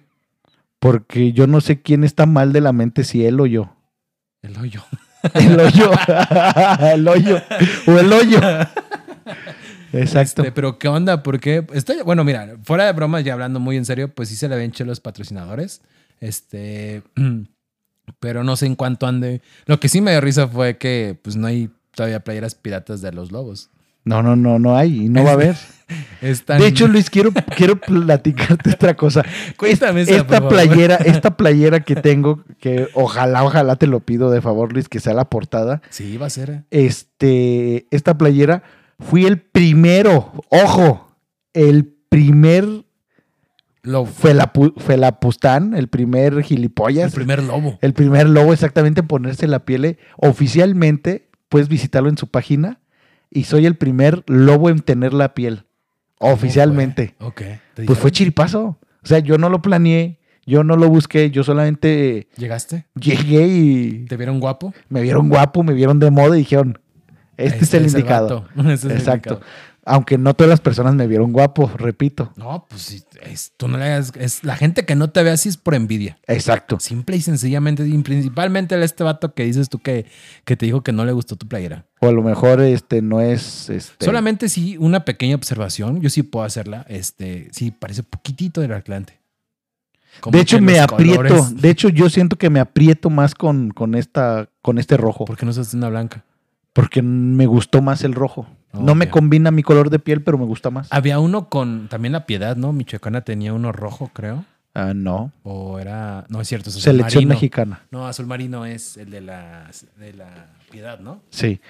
[SPEAKER 3] Porque yo no sé quién está mal de la mente, si él o yo.
[SPEAKER 4] El hoyo.
[SPEAKER 3] El hoyo. el hoyo. O el hoyo. Exacto.
[SPEAKER 4] Este, pero ¿qué onda? ¿Por qué? Estoy, bueno, mira, fuera de bromas y hablando muy en serio, pues sí se le ven che los patrocinadores. Este, pero no sé en cuánto ande. Lo que sí me dio risa fue que pues no hay todavía playeras piratas de los lobos.
[SPEAKER 3] No, no, no, no hay. y No
[SPEAKER 4] Este.
[SPEAKER 3] va a haber.
[SPEAKER 4] Están-
[SPEAKER 3] De hecho, Luis, quiero, quiero platicarte otra cosa.
[SPEAKER 4] Cuéntame esa, por
[SPEAKER 3] Esta
[SPEAKER 4] favor.
[SPEAKER 3] playera, esta playera que tengo, que ojalá, ojalá te lo pido de favor, Luis, que sea la portada.
[SPEAKER 4] Sí, va a ser. eh.
[SPEAKER 3] Este, esta playera, fui el primero, ojo, el primer
[SPEAKER 4] Lobo.
[SPEAKER 3] fue la, pu- fue la Pustán, el primer
[SPEAKER 4] El
[SPEAKER 3] gilipollas, el,
[SPEAKER 4] primer lobo.
[SPEAKER 3] primer lobo exactamente en ponerse la piel eh, oficialmente, puedes visitarlo en su página y soy el primer lobo en tener la piel oficialmente.
[SPEAKER 4] Ok. ¿Te
[SPEAKER 3] Pues
[SPEAKER 4] dijeron?
[SPEAKER 3] fue chiripazo, o sea, yo no lo planeé, yo no lo busqué, yo solamente
[SPEAKER 4] ¿Llegaste?
[SPEAKER 3] llegué y
[SPEAKER 4] ¿Te vieron guapo?
[SPEAKER 3] me vieron guapo, me vieron de moda y dijeron, este, es el indicado.
[SPEAKER 4] vato. Este es el
[SPEAKER 3] Exacto.
[SPEAKER 4] indicado.
[SPEAKER 3] Aunque no todas las personas me vieron guapo, repito.
[SPEAKER 4] No, pues sí, es, tú no le hagas- es la gente que no te ve así es por envidia.
[SPEAKER 3] Exacto.
[SPEAKER 4] Simple y sencillamente, y principalmente el este vato que dices tú que, que te dijo que no le gustó tu playera.
[SPEAKER 3] O a lo mejor este no es este
[SPEAKER 4] Solamente sí, una pequeña observación, yo sí puedo hacerla. Este, sí, parece poquitito del Atlante. Como
[SPEAKER 3] de hecho,
[SPEAKER 4] que
[SPEAKER 3] me
[SPEAKER 4] los
[SPEAKER 3] aprieto.
[SPEAKER 4] colores-
[SPEAKER 3] De hecho, yo siento que me aprieto más con, con esta, con este rojo.
[SPEAKER 4] ¿Por qué no usaste una blanca?
[SPEAKER 3] Porque me gustó más el rojo.
[SPEAKER 4] Oh,
[SPEAKER 3] no me
[SPEAKER 4] ya.
[SPEAKER 3] combina mi color de piel, pero me gusta más. Ah,
[SPEAKER 4] Había uno con también la piedad, ¿no? Michoacana tenía uno rojo, creo.
[SPEAKER 3] Ah, no.
[SPEAKER 4] O era. No, es cierto, es azul
[SPEAKER 3] Selección
[SPEAKER 4] pues marino.
[SPEAKER 3] mexicana.
[SPEAKER 4] No, azul marino es el de la, de la piedad, ¿no?
[SPEAKER 3] Sí.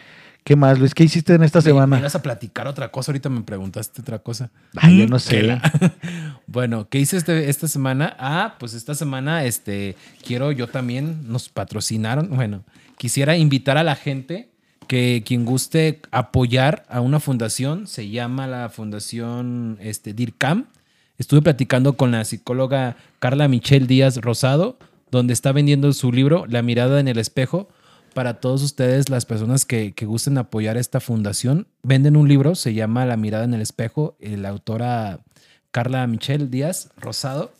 [SPEAKER 3] ¿Qué más, Luis? ¿Qué hiciste en esta
[SPEAKER 4] Me
[SPEAKER 3] semana?
[SPEAKER 4] ibas a platicar otra cosa, ahorita me preguntaste otra cosa. Mm,
[SPEAKER 3] Ay, yo no sé.
[SPEAKER 4] Que la- bueno, ¿qué hice este- esta semana? Ah, pues esta semana este, quiero yo también, nos patrocinaron. Bueno, quisiera invitar a la gente que quien guste apoyar a una fundación, se llama la fundación este, DIRCAM. Estuve platicando con la psicóloga Carla Michelle Díaz Rosado, donde está vendiendo su libro La mirada en el espejo. Para todos ustedes, las personas que, que gusten apoyar esta fundación, venden un libro, se llama La mirada en el espejo, eh, la autora Carla Michelle Díaz Rosado.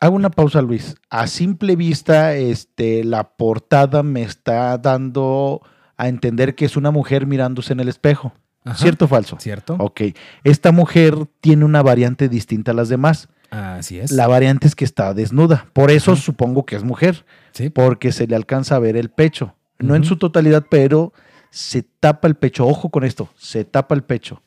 [SPEAKER 3] Hago una pausa, Luis. A simple vista, este, la portada me está dando a entender que es una mujer mirándose en el espejo.
[SPEAKER 4] Ajá.
[SPEAKER 3] ¿Cierto o falso?
[SPEAKER 4] ¿Cierto?
[SPEAKER 3] Ok. Esta mujer tiene una variante distinta a las demás.
[SPEAKER 4] Así es.
[SPEAKER 3] La variante es que está desnuda. Por eso supongo que es mujer,
[SPEAKER 4] Sí.
[SPEAKER 3] porque se le alcanza a ver el pecho. No en
[SPEAKER 4] Ujú.
[SPEAKER 3] su totalidad, pero se tapa el pecho. Ojo con esto, se tapa el pecho.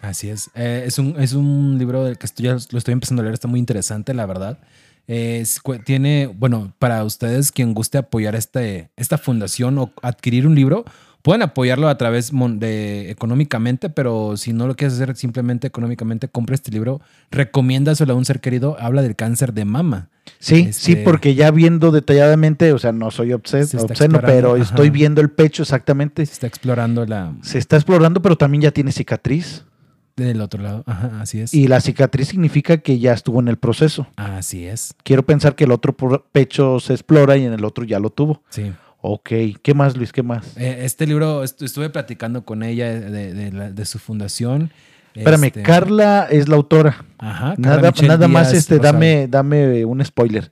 [SPEAKER 4] Así es. Eh, es, un, es un libro del que estoy, ya lo estoy empezando a leer, está muy interesante, la verdad. Es cu- tiene, bueno, para ustedes, quien guste apoyar este, esta fundación o adquirir un libro, pueden apoyarlo a través mon- de económicamente, pero si no lo quieres hacer simplemente económicamente, compra este libro, recomiéndaselo a un ser querido, habla del cáncer de mama.
[SPEAKER 3] Sí, sí,
[SPEAKER 4] Este-
[SPEAKER 3] porque ya viendo detalladamente, o sea, no soy obses-
[SPEAKER 4] Se está
[SPEAKER 3] obsceno, pero
[SPEAKER 4] explorando, ajá.
[SPEAKER 3] estoy viendo el pecho exactamente.
[SPEAKER 4] Se está explorando la,
[SPEAKER 3] Se está explorando, pero también ya tiene cicatriz.
[SPEAKER 4] del otro lado. Ajá, así es.
[SPEAKER 3] Y la cicatriz significa que ya estuvo en el proceso.
[SPEAKER 4] Así es.
[SPEAKER 3] Quiero pensar que el otro por- pecho se explora y en el otro ya lo tuvo.
[SPEAKER 4] Sí.
[SPEAKER 3] Ok, ¿qué más, Luis? ¿Qué más?
[SPEAKER 4] Eh, Este libro estu- estuve platicando con ella de, de la- de su fundación.
[SPEAKER 3] Espérame,
[SPEAKER 4] Este,
[SPEAKER 3] Carla es la autora.
[SPEAKER 4] Ajá, Ah, Carla
[SPEAKER 3] Nada,
[SPEAKER 4] Michelle
[SPEAKER 3] nada más,
[SPEAKER 4] Díaz
[SPEAKER 3] este,
[SPEAKER 4] Rosado.
[SPEAKER 3] dame, dame un spoiler.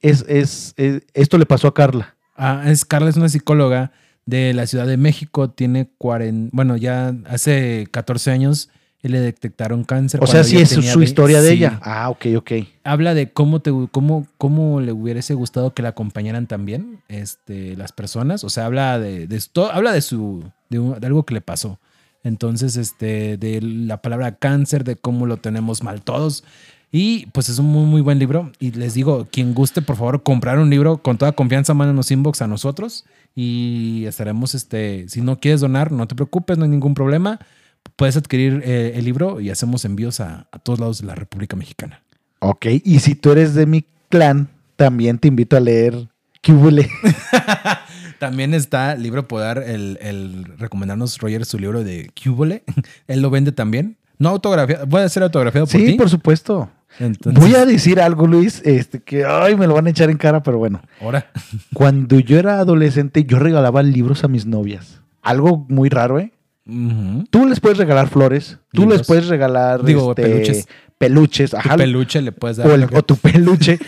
[SPEAKER 3] Es, es, es- esto le pasó a Carla.
[SPEAKER 4] Ah, es Carla es una psicóloga de la Ciudad de México, tiene 40, bueno, ya hace 14 años le detectaron cáncer.
[SPEAKER 3] O sea,
[SPEAKER 4] Este, cuando
[SPEAKER 3] sí
[SPEAKER 4] ella
[SPEAKER 3] es su
[SPEAKER 4] tenía
[SPEAKER 3] su
[SPEAKER 4] ve-
[SPEAKER 3] historia de
[SPEAKER 4] sí.
[SPEAKER 3] ella. Ah, ok, ok.
[SPEAKER 4] Habla de cómo te cómo, cómo le hubiese gustado que la acompañaran también este, las personas. O sea, habla de, de esto- habla de su de, un- de algo que le pasó. Entonces, este, de la palabra cáncer, de cómo lo tenemos mal todos. Y pues es un muy, muy buen libro. Y les digo, quien guste, por favor, comprar un libro con toda confianza, mándanos inbox a nosotros. Y estaremos, este, si no quieres donar, no te preocupes, no hay ningún problema. Puedes adquirir eh, el libro y hacemos envíos a- a todos lados de la República Mexicana.
[SPEAKER 3] Ok, y si tú eres de mi clan, también te invito a leer ¿Qué hubole?
[SPEAKER 4] También está Libro Poder, el, el recomendarnos Roger su libro de Cúbole. Él lo vende también. No autografiado, voy a ser autografiado por
[SPEAKER 3] Sí,
[SPEAKER 4] ti.
[SPEAKER 3] por supuesto.
[SPEAKER 4] Entonces,
[SPEAKER 3] Voy a decir algo, Luis, este, que ay, me lo van a echar en cara, pero bueno.
[SPEAKER 4] Ahora,
[SPEAKER 3] Cuando yo era adolescente, yo regalaba libros a mis novias. Algo muy raro, ¿eh?
[SPEAKER 4] Ujú.
[SPEAKER 3] Tú les puedes regalar flores, tú
[SPEAKER 4] Libros.
[SPEAKER 3] les puedes regalar
[SPEAKER 4] Digo,
[SPEAKER 3] este,
[SPEAKER 4] peluches.
[SPEAKER 3] peluches,
[SPEAKER 4] tu
[SPEAKER 3] ajá,
[SPEAKER 4] peluche le puedes dar.
[SPEAKER 3] o, el-
[SPEAKER 4] lo que-
[SPEAKER 3] o tu peluche.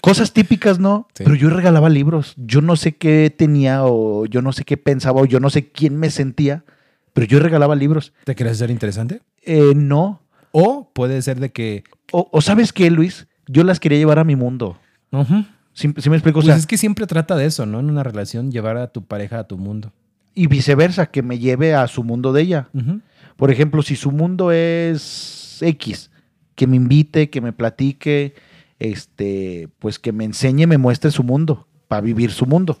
[SPEAKER 3] Cosas típicas, ¿no?
[SPEAKER 4] Sí.
[SPEAKER 3] Pero yo regalaba libros. Yo no sé qué tenía o yo no sé qué pensaba o yo no sé quién me sentía, pero yo regalaba libros.
[SPEAKER 4] ¿Te quieres hacer interesante?
[SPEAKER 3] Eh, no.
[SPEAKER 4] O puede ser de que.
[SPEAKER 3] O, o sabes qué, Luis, yo las quería llevar a mi mundo.
[SPEAKER 4] Ujú.
[SPEAKER 3] ¿Sí, sí me explico? O
[SPEAKER 4] Pues
[SPEAKER 3] sea,
[SPEAKER 4] es que siempre trata de eso, ¿no? En una relación, llevar a tu pareja a tu mundo.
[SPEAKER 3] y viceversa, que me lleve a su mundo de ella.
[SPEAKER 4] Ujú.
[SPEAKER 3] Por ejemplo, si su mundo es X, que me invite, que me platique, este, pues que me enseñe, me muestre su mundo, para vivir su mundo.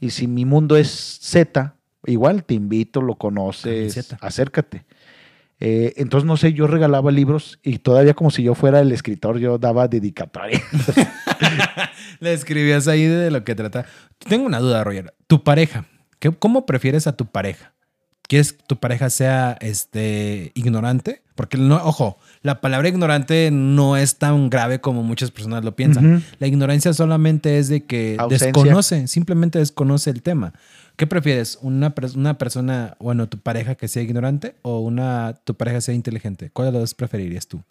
[SPEAKER 3] Y si mi mundo es Z, igual te invito, lo conoces,
[SPEAKER 4] Camiseta.
[SPEAKER 3] acércate. Eh, entonces, no sé, yo regalaba libros y todavía como si yo fuera el escritor, yo daba dedicatoria.
[SPEAKER 4] Le escribías ahí de lo que trata. Tengo una duda, Roger. Tu pareja, ¿qué- ¿cómo prefieres a tu pareja? ¿Quieres que tu pareja sea este, ignorante? Porque, no, ojo, la palabra ignorante no es tan grave como muchas personas lo piensan.
[SPEAKER 3] Ujú.
[SPEAKER 4] La ignorancia solamente es de que
[SPEAKER 3] Ausencia.
[SPEAKER 4] desconoce, simplemente desconoce el tema. ¿Qué prefieres? ¿Una, pers- una persona, bueno, tu pareja que sea ignorante o una tu pareja sea inteligente? ¿Cuál de los dos preferirías tú?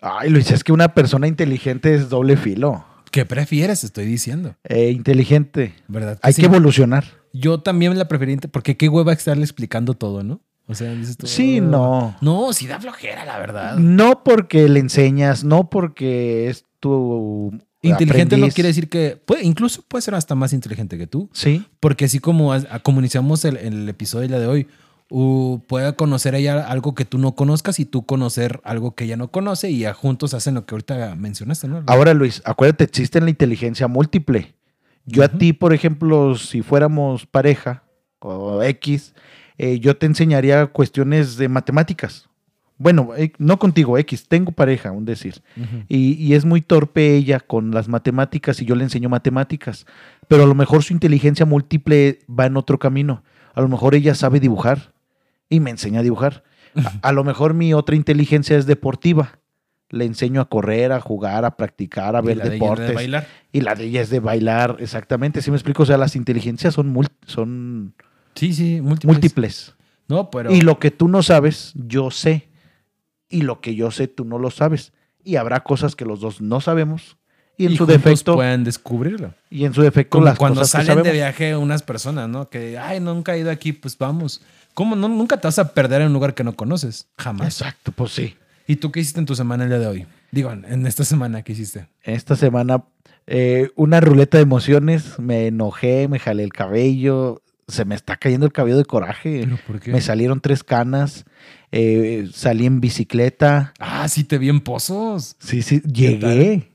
[SPEAKER 3] Ay, Luis, es que una persona inteligente es doble filo.
[SPEAKER 4] ¿Qué prefieres? Estoy diciendo.
[SPEAKER 3] Eh, inteligente.
[SPEAKER 4] ¿Verdad?
[SPEAKER 3] Hay
[SPEAKER 4] sí?
[SPEAKER 3] que evolucionar.
[SPEAKER 4] Yo también la preferente, porque qué hueva estarle explicando todo, ¿no? O sea, dices tú,
[SPEAKER 3] Sí,
[SPEAKER 4] "Ah".
[SPEAKER 3] no.
[SPEAKER 4] No, sí da flojera, la verdad.
[SPEAKER 3] No porque le enseñas, no porque es tu.
[SPEAKER 4] Inteligente no
[SPEAKER 3] aprendiz.
[SPEAKER 4] quiere decir que. Puede, incluso puede ser hasta más inteligente que tú.
[SPEAKER 3] Sí.
[SPEAKER 4] Porque así como as- a- comunicamos el, el episodio de la de hoy, uh, puede conocer ella algo que tú no conozcas y tú conocer algo que ella no conoce y ya juntos hacen lo que ahorita mencionaste, ¿no?
[SPEAKER 3] Ahora, Luis, acuérdate, existe la inteligencia múltiple. Yo
[SPEAKER 4] Ujú.
[SPEAKER 3] a ti, por ejemplo, si fuéramos pareja o X, eh, yo te enseñaría cuestiones de matemáticas. Bueno, eh, no contigo, X, tengo pareja, un decir.
[SPEAKER 4] Ujú.
[SPEAKER 3] Y, y es muy torpe ella con las matemáticas y yo le enseño matemáticas. Pero a lo mejor su inteligencia múltiple va en otro camino. A lo mejor ella sabe dibujar y me enseña a dibujar. A, a lo mejor mi otra inteligencia es deportiva. Le enseño a correr, a jugar, a practicar, a
[SPEAKER 4] Y
[SPEAKER 3] ver
[SPEAKER 4] la de ella
[SPEAKER 3] deportes.
[SPEAKER 4] de bailar.
[SPEAKER 3] y la de ella es de bailar, exactamente. ¿Sí me explico? O sea, las inteligencias son, mul- son
[SPEAKER 4] Sí, sí, múltiples.
[SPEAKER 3] múltiples.
[SPEAKER 4] No, pero.
[SPEAKER 3] Y lo que tú no sabes, yo sé. Y lo que yo sé, tú no lo sabes. Y habrá cosas que los dos no sabemos. Y en
[SPEAKER 4] y
[SPEAKER 3] su
[SPEAKER 4] juntos
[SPEAKER 3] defecto,
[SPEAKER 4] Pueden descubrirlo.
[SPEAKER 3] y en su defecto
[SPEAKER 4] Como
[SPEAKER 3] las
[SPEAKER 4] cuando
[SPEAKER 3] cosas que
[SPEAKER 4] salen de
[SPEAKER 3] sabemos.
[SPEAKER 4] viaje unas personas, ¿no? Que, ay, nunca he ido aquí, pues vamos. ¿Cómo? No, nunca te vas a perder en un lugar que no conoces. Jamás.
[SPEAKER 3] Exacto, pues sí.
[SPEAKER 4] ¿Y tú qué hiciste en tu semana el día de hoy? Digo, en- en esta semana, ¿qué hiciste?
[SPEAKER 3] Esta semana, eh, una ruleta de emociones. Me enojé, me jalé el cabello. Se me está cayendo el cabello de coraje.
[SPEAKER 4] ¿Pero por qué?
[SPEAKER 3] Me salieron tres canas. eh, salí en bicicleta.
[SPEAKER 4] Ah, sí te vi en pozos.
[SPEAKER 3] Sí, sí, llegué.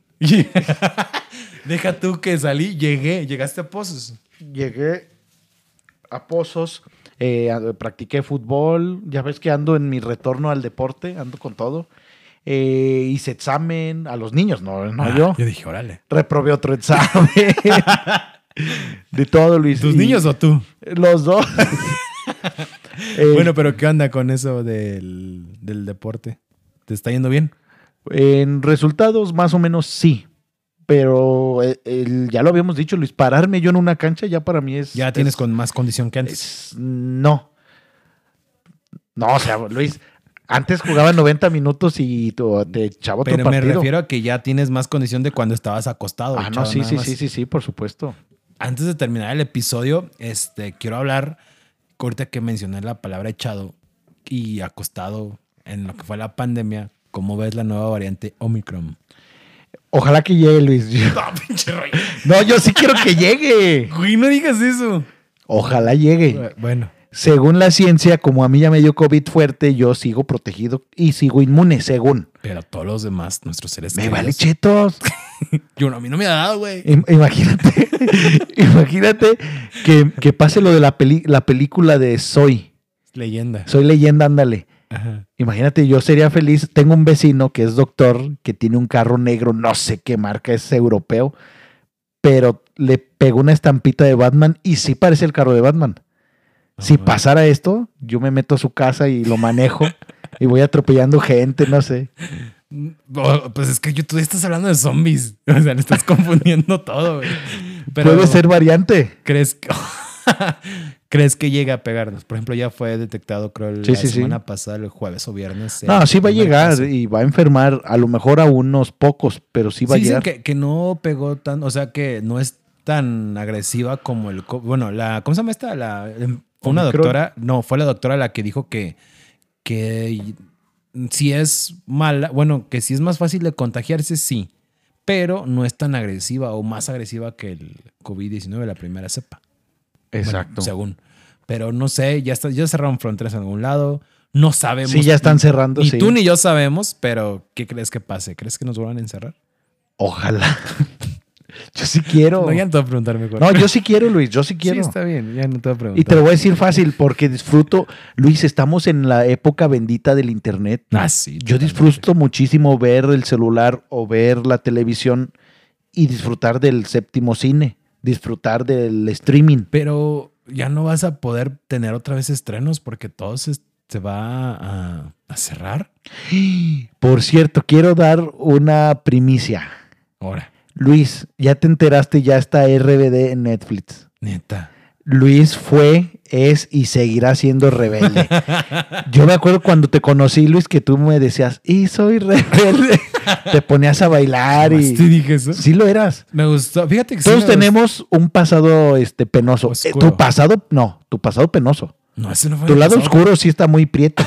[SPEAKER 4] Deja tú que salí, llegué, llegaste a pozos.
[SPEAKER 3] Llegué a Pozos, eh, a- practiqué fútbol, ya ves que ando en mi retorno al deporte, ando con todo. Eh, hice examen a los niños, no, no
[SPEAKER 4] Ah,
[SPEAKER 3] yo.
[SPEAKER 4] Yo dije, órale.
[SPEAKER 3] Reprobé otro examen. De todo, Luis.
[SPEAKER 4] ¿Tus
[SPEAKER 3] Y
[SPEAKER 4] niños o tú?
[SPEAKER 3] Los dos. Eh,
[SPEAKER 4] Bueno, pero ¿qué onda con eso del, del deporte? ¿Te está yendo bien?
[SPEAKER 3] En resultados, más o menos sí. Pero eh, el- ya lo habíamos dicho, Luis, pararme yo en una cancha ya para mí es.
[SPEAKER 4] Ya tienes
[SPEAKER 3] es-
[SPEAKER 4] con más condición que antes.
[SPEAKER 3] Es- no. No, o sea, Luis, antes jugaba 90 minutos y tu- te echaba otro
[SPEAKER 4] Pero me
[SPEAKER 3] partido.
[SPEAKER 4] refiero a que ya tienes más condición de cuando estabas acostado.
[SPEAKER 3] Ah, no,
[SPEAKER 4] echado
[SPEAKER 3] sí,
[SPEAKER 4] nada
[SPEAKER 3] sí,
[SPEAKER 4] más.
[SPEAKER 3] sí, sí, sí, por supuesto.
[SPEAKER 4] Antes de terminar el episodio, este, quiero hablar, ahorita que mencioné la palabra echado y acostado en lo que fue la pandemia, ¿cómo ves la nueva variante Omicron?
[SPEAKER 3] Ojalá que llegue, Luis. Yo-
[SPEAKER 4] No, pinche rollo.
[SPEAKER 3] No, yo sí quiero que llegue.
[SPEAKER 4] Güey, no digas eso.
[SPEAKER 3] Ojalá llegue.
[SPEAKER 4] Bueno,
[SPEAKER 3] Según la ciencia, como a mí ya me dio COVID fuerte, yo sigo protegido y sigo inmune, según.
[SPEAKER 4] pero todos los demás, nuestros seres
[SPEAKER 3] Me
[SPEAKER 4] queridos.
[SPEAKER 3] vale Eh, chetos.
[SPEAKER 4] Yo no, a mí no me ha dado, güey.
[SPEAKER 3] Im- Imagínate, imagínate que, que pase lo de la, peli- la película de Soy.
[SPEAKER 4] Leyenda.
[SPEAKER 3] Soy leyenda, ándale.
[SPEAKER 4] Ajá.
[SPEAKER 3] Imagínate, yo sería feliz. Tengo un vecino que es doctor, que tiene un carro negro, no sé qué marca, es europeo, pero le pegó una estampita de Batman y sí parece el carro de Batman. si
[SPEAKER 4] bueno.
[SPEAKER 3] pasara esto, yo me meto a su casa y lo manejo y voy atropellando gente, no sé.
[SPEAKER 4] Oh, pues es que yo, tú estás hablando de zombies. O sea, le estás confundiendo todo, güey. Pero
[SPEAKER 3] Puede ser variante.
[SPEAKER 4] ¿Crees que, ¿Crees que llega a pegarnos? Por ejemplo, ya fue detectado, creo, la
[SPEAKER 3] Sí, sí, sí.
[SPEAKER 4] semana pasada, el jueves o viernes. el
[SPEAKER 3] No, sí va a
[SPEAKER 4] primer
[SPEAKER 3] llegar
[SPEAKER 4] caso.
[SPEAKER 3] y va a enfermar a lo mejor a unos pocos, pero sí va
[SPEAKER 4] Sí,
[SPEAKER 3] a
[SPEAKER 4] dicen
[SPEAKER 3] llegar.
[SPEAKER 4] que, que no pegó tan, o sea, que no es tan agresiva como el... co- Bueno, la, ¿cómo se llama esta? La, em, fue una
[SPEAKER 3] Omicron.
[SPEAKER 4] doctora, no, fue la doctora la que dijo que, que y- si es mala, bueno, que si es más fácil de contagiarse, sí, pero no es tan agresiva o más agresiva que el COVID-19, la primera cepa. Bueno, según. Pero no sé, ya, está, ya cerraron fronteras en algún lado. No sabemos.
[SPEAKER 3] sí, ya están cerrando.
[SPEAKER 4] Ni
[SPEAKER 3] sí.
[SPEAKER 4] tú ni yo sabemos, pero ¿qué crees que pase? ¿Crees que nos vuelvan a encerrar?
[SPEAKER 3] Ojalá. Yo sí quiero.
[SPEAKER 4] No, ya no te voy a preguntar mejor.
[SPEAKER 3] No, yo sí quiero, Luis, yo sí quiero.
[SPEAKER 4] Sí, está bien, ya no te voy a preguntar.
[SPEAKER 3] y te lo voy a decir fácil porque disfruto, Luis, estamos en la época bendita del Internet.
[SPEAKER 4] Ah, sí,
[SPEAKER 3] Yo
[SPEAKER 4] totalmente.
[SPEAKER 3] disfruto muchísimo ver el celular o ver la televisión y disfrutar del séptimo cine, disfrutar del streaming.
[SPEAKER 4] Pero ya no vas a poder tener otra vez estrenos porque todo se, se va a, a cerrar.
[SPEAKER 3] Por cierto, quiero dar una primicia.
[SPEAKER 4] Ahora,
[SPEAKER 3] Luis, ya te enteraste, ya está RBD en Netflix.
[SPEAKER 4] neta.
[SPEAKER 3] Luis fue, es y seguirá siendo rebelde. Yo me acuerdo cuando te conocí, Luis, que tú me decías, y soy rebelde. te ponías a bailar
[SPEAKER 4] Jamás te
[SPEAKER 3] y...
[SPEAKER 4] dije eso.
[SPEAKER 3] Sí lo eras.
[SPEAKER 4] Me gustó. Fíjate que sí
[SPEAKER 3] Todos
[SPEAKER 4] me
[SPEAKER 3] tenemos un pasado este, penoso. Eh,
[SPEAKER 4] Oscuro.
[SPEAKER 3] tu pasado, no, tu pasado penoso.
[SPEAKER 4] gustó. No, ese no fue
[SPEAKER 3] Tu
[SPEAKER 4] el
[SPEAKER 3] lado
[SPEAKER 4] pasado.
[SPEAKER 3] oscuro sí está muy prieto.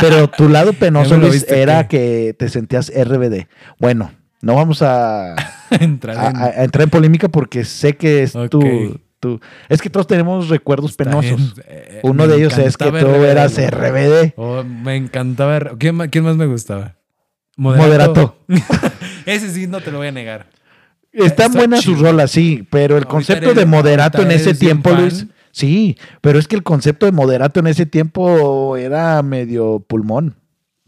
[SPEAKER 3] Pero tu lado penoso,
[SPEAKER 4] Ya me lo
[SPEAKER 3] Luis,
[SPEAKER 4] viste,
[SPEAKER 3] era que te sentías RBD. Bueno, no vamos a, a-
[SPEAKER 4] Entrar en-
[SPEAKER 3] a- a entrar en polémica porque sé que es tu-
[SPEAKER 4] Ok.
[SPEAKER 3] tu, Es que todos tenemos recuerdos
[SPEAKER 4] Está
[SPEAKER 3] penosos.
[SPEAKER 4] bien. Eh,
[SPEAKER 3] Uno
[SPEAKER 4] me
[SPEAKER 3] de ellos es que
[SPEAKER 4] encantaba
[SPEAKER 3] tú
[SPEAKER 4] RBD.
[SPEAKER 3] eras RBD.
[SPEAKER 4] Oh, me encantaba. R- ¿Quién, ma- quién más me gustaba?
[SPEAKER 3] Moderato.
[SPEAKER 4] Ese sí, no te lo voy a negar.
[SPEAKER 3] Están
[SPEAKER 4] Está
[SPEAKER 3] buenas sus
[SPEAKER 4] chido.
[SPEAKER 3] rolas, sí, pero el
[SPEAKER 4] Ahorita
[SPEAKER 3] concepto
[SPEAKER 4] eres-
[SPEAKER 3] de moderato en
[SPEAKER 4] ahorita
[SPEAKER 3] ese
[SPEAKER 4] eres bien
[SPEAKER 3] tiempo,
[SPEAKER 4] fan.
[SPEAKER 3] Luis. Sí, pero es que el concepto de moderato en ese tiempo era medio pulmón.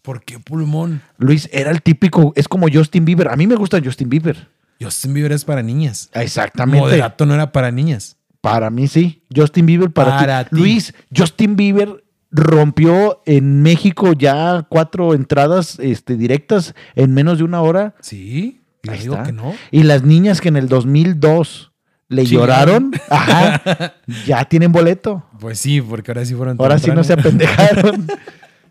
[SPEAKER 4] ¿Por qué pulmón?
[SPEAKER 3] Luis era el típico, es como Justin Bieber. A mí me gusta Justin Bieber.
[SPEAKER 4] Justin Bieber es para niñas.
[SPEAKER 3] Exactamente.
[SPEAKER 4] Moderato no era para niñas.
[SPEAKER 3] Para mí sí. Justin Bieber para,
[SPEAKER 4] Para
[SPEAKER 3] ti.
[SPEAKER 4] ti.
[SPEAKER 3] Luis, Justin Bieber rompió en México ya cuatro entradas este, directas en menos de una hora.
[SPEAKER 4] Sí. Yo
[SPEAKER 3] Ahí
[SPEAKER 4] digo
[SPEAKER 3] está.
[SPEAKER 4] que no.
[SPEAKER 3] Y las niñas que en el 2002 le
[SPEAKER 4] Chingaron.
[SPEAKER 3] lloraron, ajá, ya tienen boleto.
[SPEAKER 4] Pues sí, porque ahora sí fueron.
[SPEAKER 3] Ahora sí no se
[SPEAKER 4] temprano.
[SPEAKER 3] apendejaron.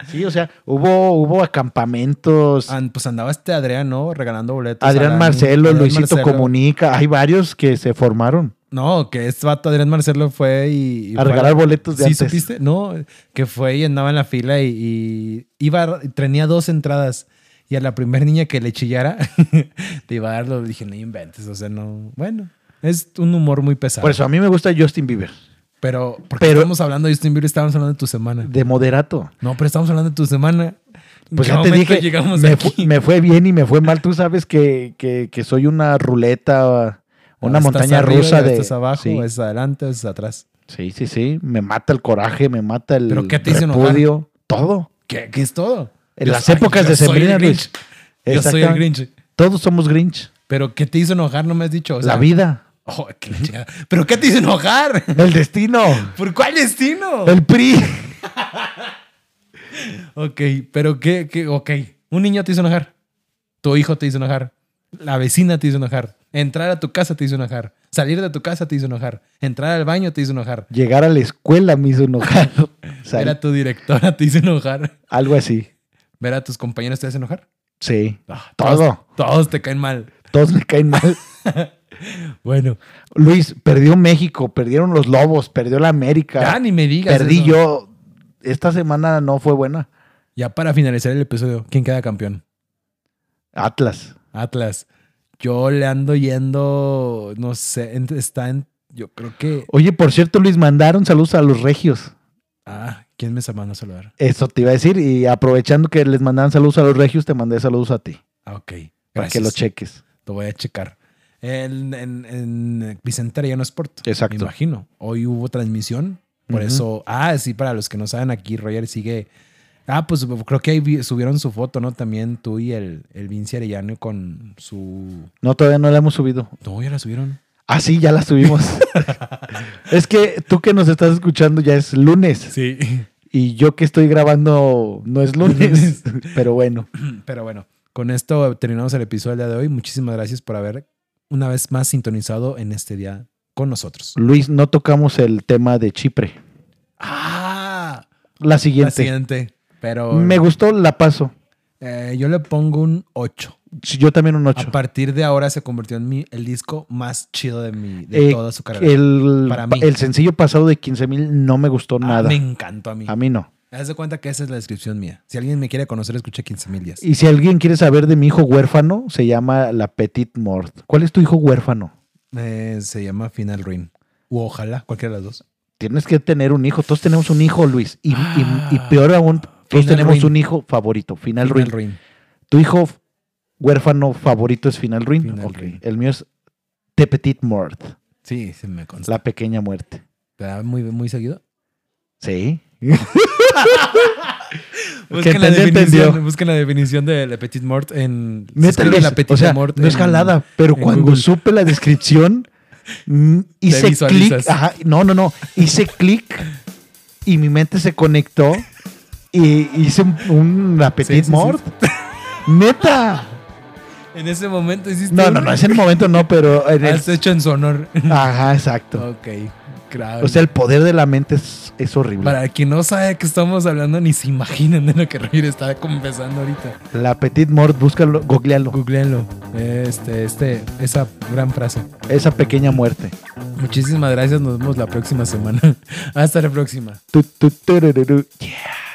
[SPEAKER 3] Sí, o sea, hubo, hubo acampamentos.
[SPEAKER 4] An- Pues andaba este Adrián, ¿no? Regalando boletos. a
[SPEAKER 3] Adrián
[SPEAKER 4] la-
[SPEAKER 3] Marcelo,
[SPEAKER 4] Adrián
[SPEAKER 3] Luisito
[SPEAKER 4] Marcelo.
[SPEAKER 3] Comunica, hay varios que se formaron.
[SPEAKER 4] No, que este vato Adrián Marcelo fue y. y
[SPEAKER 3] A
[SPEAKER 4] fue
[SPEAKER 3] regalar boletos de
[SPEAKER 4] ¿Sí
[SPEAKER 3] antes.
[SPEAKER 4] supiste? No, que fue y andaba en la fila y, y iba, tenía dos entradas. Y a la primera niña que le chillara, te iba a darlo. Dije, no inventes, o sea, no. Bueno, es un humor muy pesado.
[SPEAKER 3] Por eso a mí me gusta Justin Bieber,
[SPEAKER 4] Pero, porque
[SPEAKER 3] Pero-
[SPEAKER 4] estamos hablando de Justin Bieber, estábamos hablando de tu semana.
[SPEAKER 3] de moderato.
[SPEAKER 4] No, pero estamos hablando de tu semana. ¿En
[SPEAKER 3] Pues
[SPEAKER 4] qué
[SPEAKER 3] ya te
[SPEAKER 4] momento
[SPEAKER 3] dije,
[SPEAKER 4] llegamos
[SPEAKER 3] me,
[SPEAKER 4] aquí?
[SPEAKER 3] fu- me fue bien y me fue mal. Tú sabes que, que- que soy una ruleta, una
[SPEAKER 4] Estás
[SPEAKER 3] montaña
[SPEAKER 4] arriba,
[SPEAKER 3] rusa de...
[SPEAKER 4] Estás abajo,
[SPEAKER 3] sí,
[SPEAKER 4] es adelante, es atrás.
[SPEAKER 3] sí, sí, sí. Me mata el coraje, me mata el
[SPEAKER 4] ¿Pero qué te hizo enojar?
[SPEAKER 3] repudio, todo.
[SPEAKER 4] ¿Qué, qué es todo?
[SPEAKER 3] En
[SPEAKER 4] Yo
[SPEAKER 3] las
[SPEAKER 4] soy-
[SPEAKER 3] épocas
[SPEAKER 4] yo
[SPEAKER 3] de
[SPEAKER 4] soy el
[SPEAKER 3] Sembrina, Luis.
[SPEAKER 4] Grinch. Yo soy el
[SPEAKER 3] Exactamente.
[SPEAKER 4] Grinch.
[SPEAKER 3] Todos somos Grinch.
[SPEAKER 4] ¿Pero qué te hizo enojar? No me has dicho. o sea,
[SPEAKER 3] la vida,
[SPEAKER 4] Oh, qué la chingada. ¿Pero qué te hizo enojar?
[SPEAKER 3] el destino,
[SPEAKER 4] ¿Por cuál destino?
[SPEAKER 3] el PRI.
[SPEAKER 4] Ok, pero qué, qué, ok. Un niño te hizo enojar. Tu hijo te hizo enojar. La vecina te hizo enojar. Entrar a tu casa te hizo enojar. Salir de tu casa te hizo enojar. Entrar al baño te hizo enojar.
[SPEAKER 3] Llegar a la escuela me hizo enojar. O sea,
[SPEAKER 4] Ver a tu directora te hizo enojar.
[SPEAKER 3] Algo así.
[SPEAKER 4] Ver a tus compañeros te hace enojar.
[SPEAKER 3] Sí.
[SPEAKER 4] Ah,
[SPEAKER 3] Todo.
[SPEAKER 4] Todos, todos te caen mal.
[SPEAKER 3] Todos me caen mal.
[SPEAKER 4] Bueno,
[SPEAKER 3] Luis, perdió México, perdieron los Lobos, perdió la América.
[SPEAKER 4] ya ni me digas.
[SPEAKER 3] Perdí
[SPEAKER 4] eso.
[SPEAKER 3] yo. Esta semana no fue buena.
[SPEAKER 4] Ya para finalizar el episodio, ¿quién queda campeón?
[SPEAKER 3] Atlas.
[SPEAKER 4] Atlas. Yo le ando yendo, no sé, ent- está en, yo creo que...
[SPEAKER 3] Oye, por cierto, Luis, mandaron saludos a los regios.
[SPEAKER 4] Ah, ¿quién me está mandando a saludar?
[SPEAKER 3] Eso te iba a decir. Y aprovechando que les mandaban saludos a los regios, te mandé saludos a ti.
[SPEAKER 4] Ah, ok.
[SPEAKER 3] Para
[SPEAKER 4] Gracias.
[SPEAKER 3] que lo cheques.
[SPEAKER 4] Lo voy a checar. En, en, en Vicente no Sport.
[SPEAKER 3] Exacto.
[SPEAKER 4] Me imagino. Hoy hubo transmisión. Por
[SPEAKER 3] Ujú.
[SPEAKER 4] eso. Ah, sí, para los que no saben, aquí Roger sigue. Ah, pues creo que ahí vi- subieron su foto, ¿no? También tú y el, el Vince Arellano con su.
[SPEAKER 3] No, todavía no la hemos subido.
[SPEAKER 4] No, ya la subieron.
[SPEAKER 3] Ah, sí, ya la subimos. es que tú que nos estás escuchando ya es lunes.
[SPEAKER 4] Sí.
[SPEAKER 3] Y yo que estoy grabando no es lunes. pero bueno.
[SPEAKER 4] Pero bueno, con esto terminamos el episodio del día de hoy. Muchísimas gracias por haber una vez más sintonizado en este día con nosotros.
[SPEAKER 3] Luis, no tocamos el tema de Chipre.
[SPEAKER 4] ¡Ah!
[SPEAKER 3] La
[SPEAKER 4] La
[SPEAKER 3] siguiente.
[SPEAKER 4] siguiente. Pero.
[SPEAKER 3] Me gustó, la paso.
[SPEAKER 4] Eh, yo le pongo un 8.
[SPEAKER 3] Sí, Yo también un 8.
[SPEAKER 4] A partir de ahora se convirtió en mi, el disco más chido de, mi, de
[SPEAKER 3] Eh,
[SPEAKER 4] toda su carrera.
[SPEAKER 3] El,
[SPEAKER 4] Para mí.
[SPEAKER 3] el sencillo pasado de 15 mil no me gustó
[SPEAKER 4] Ah,
[SPEAKER 3] nada.
[SPEAKER 4] Me encantó a mí.
[SPEAKER 3] A mí no.
[SPEAKER 4] Haz de cuenta que esa es la descripción mía. Si alguien me quiere conocer, escucha 15 mil días.
[SPEAKER 3] Y si alguien quiere saber de mi hijo huérfano, se llama la Petit Mort. ¿Cuál es tu hijo huérfano?
[SPEAKER 4] Eh, se llama Final Ruin. O ojalá, cualquiera de las dos.
[SPEAKER 3] Tienes que tener un hijo. Todos tenemos un hijo, Luis. Y, y-
[SPEAKER 4] Ah.
[SPEAKER 3] y peor aún, todos
[SPEAKER 4] Final
[SPEAKER 3] tenemos
[SPEAKER 4] Ruin.
[SPEAKER 3] un hijo favorito, Final, Ruin.
[SPEAKER 4] Final Ruin.
[SPEAKER 3] Tu hijo f- huérfano favorito es Final Ruin.
[SPEAKER 4] Final
[SPEAKER 3] Ok.
[SPEAKER 4] Ruin.
[SPEAKER 3] El mío es The Petit Mort,
[SPEAKER 4] Sí, se me consta.
[SPEAKER 3] la pequeña muerte.
[SPEAKER 4] ¿Te da muy, muy seguido?
[SPEAKER 3] Sí.
[SPEAKER 4] Busquen la,
[SPEAKER 3] entendió,
[SPEAKER 4] definición,
[SPEAKER 3] entendió.
[SPEAKER 4] busquen la definición de La Petite Mort en. se
[SPEAKER 3] Neta,
[SPEAKER 4] escribe
[SPEAKER 3] Luis,
[SPEAKER 4] La Petite
[SPEAKER 3] o sea,
[SPEAKER 4] Mort
[SPEAKER 3] no es
[SPEAKER 4] en-
[SPEAKER 3] jalada, pero
[SPEAKER 4] en
[SPEAKER 3] cuando
[SPEAKER 4] Google.
[SPEAKER 3] supe la descripción mm, hice
[SPEAKER 4] visualizas.
[SPEAKER 3] clic, ajá, no, no, no, hice clic y mi mente se conectó y hice un, un
[SPEAKER 4] Sí,
[SPEAKER 3] appetit
[SPEAKER 4] sí, sí.
[SPEAKER 3] mort. Neta.
[SPEAKER 4] En ese momento hiciste.
[SPEAKER 3] No,
[SPEAKER 4] un- Ah,
[SPEAKER 3] no, no, es el momento no, pero en el-
[SPEAKER 4] Has hecho en su honor.
[SPEAKER 3] ajá, exacto.
[SPEAKER 4] ok. Claro.
[SPEAKER 3] O sea, el poder de la mente es, es horrible.
[SPEAKER 4] Para quien no sabe de qué estamos hablando, ni se imaginen de lo que Ramiro está confesando ahorita.
[SPEAKER 3] La Petit Mort, búscalo, googlealo.
[SPEAKER 4] Googleenlo. Este, este, esa gran frase.
[SPEAKER 3] Esa pequeña muerte.
[SPEAKER 4] Muchísimas gracias. Nos vemos la próxima semana. Hasta la próxima.
[SPEAKER 3] Tu, tu, turururu. Yeah.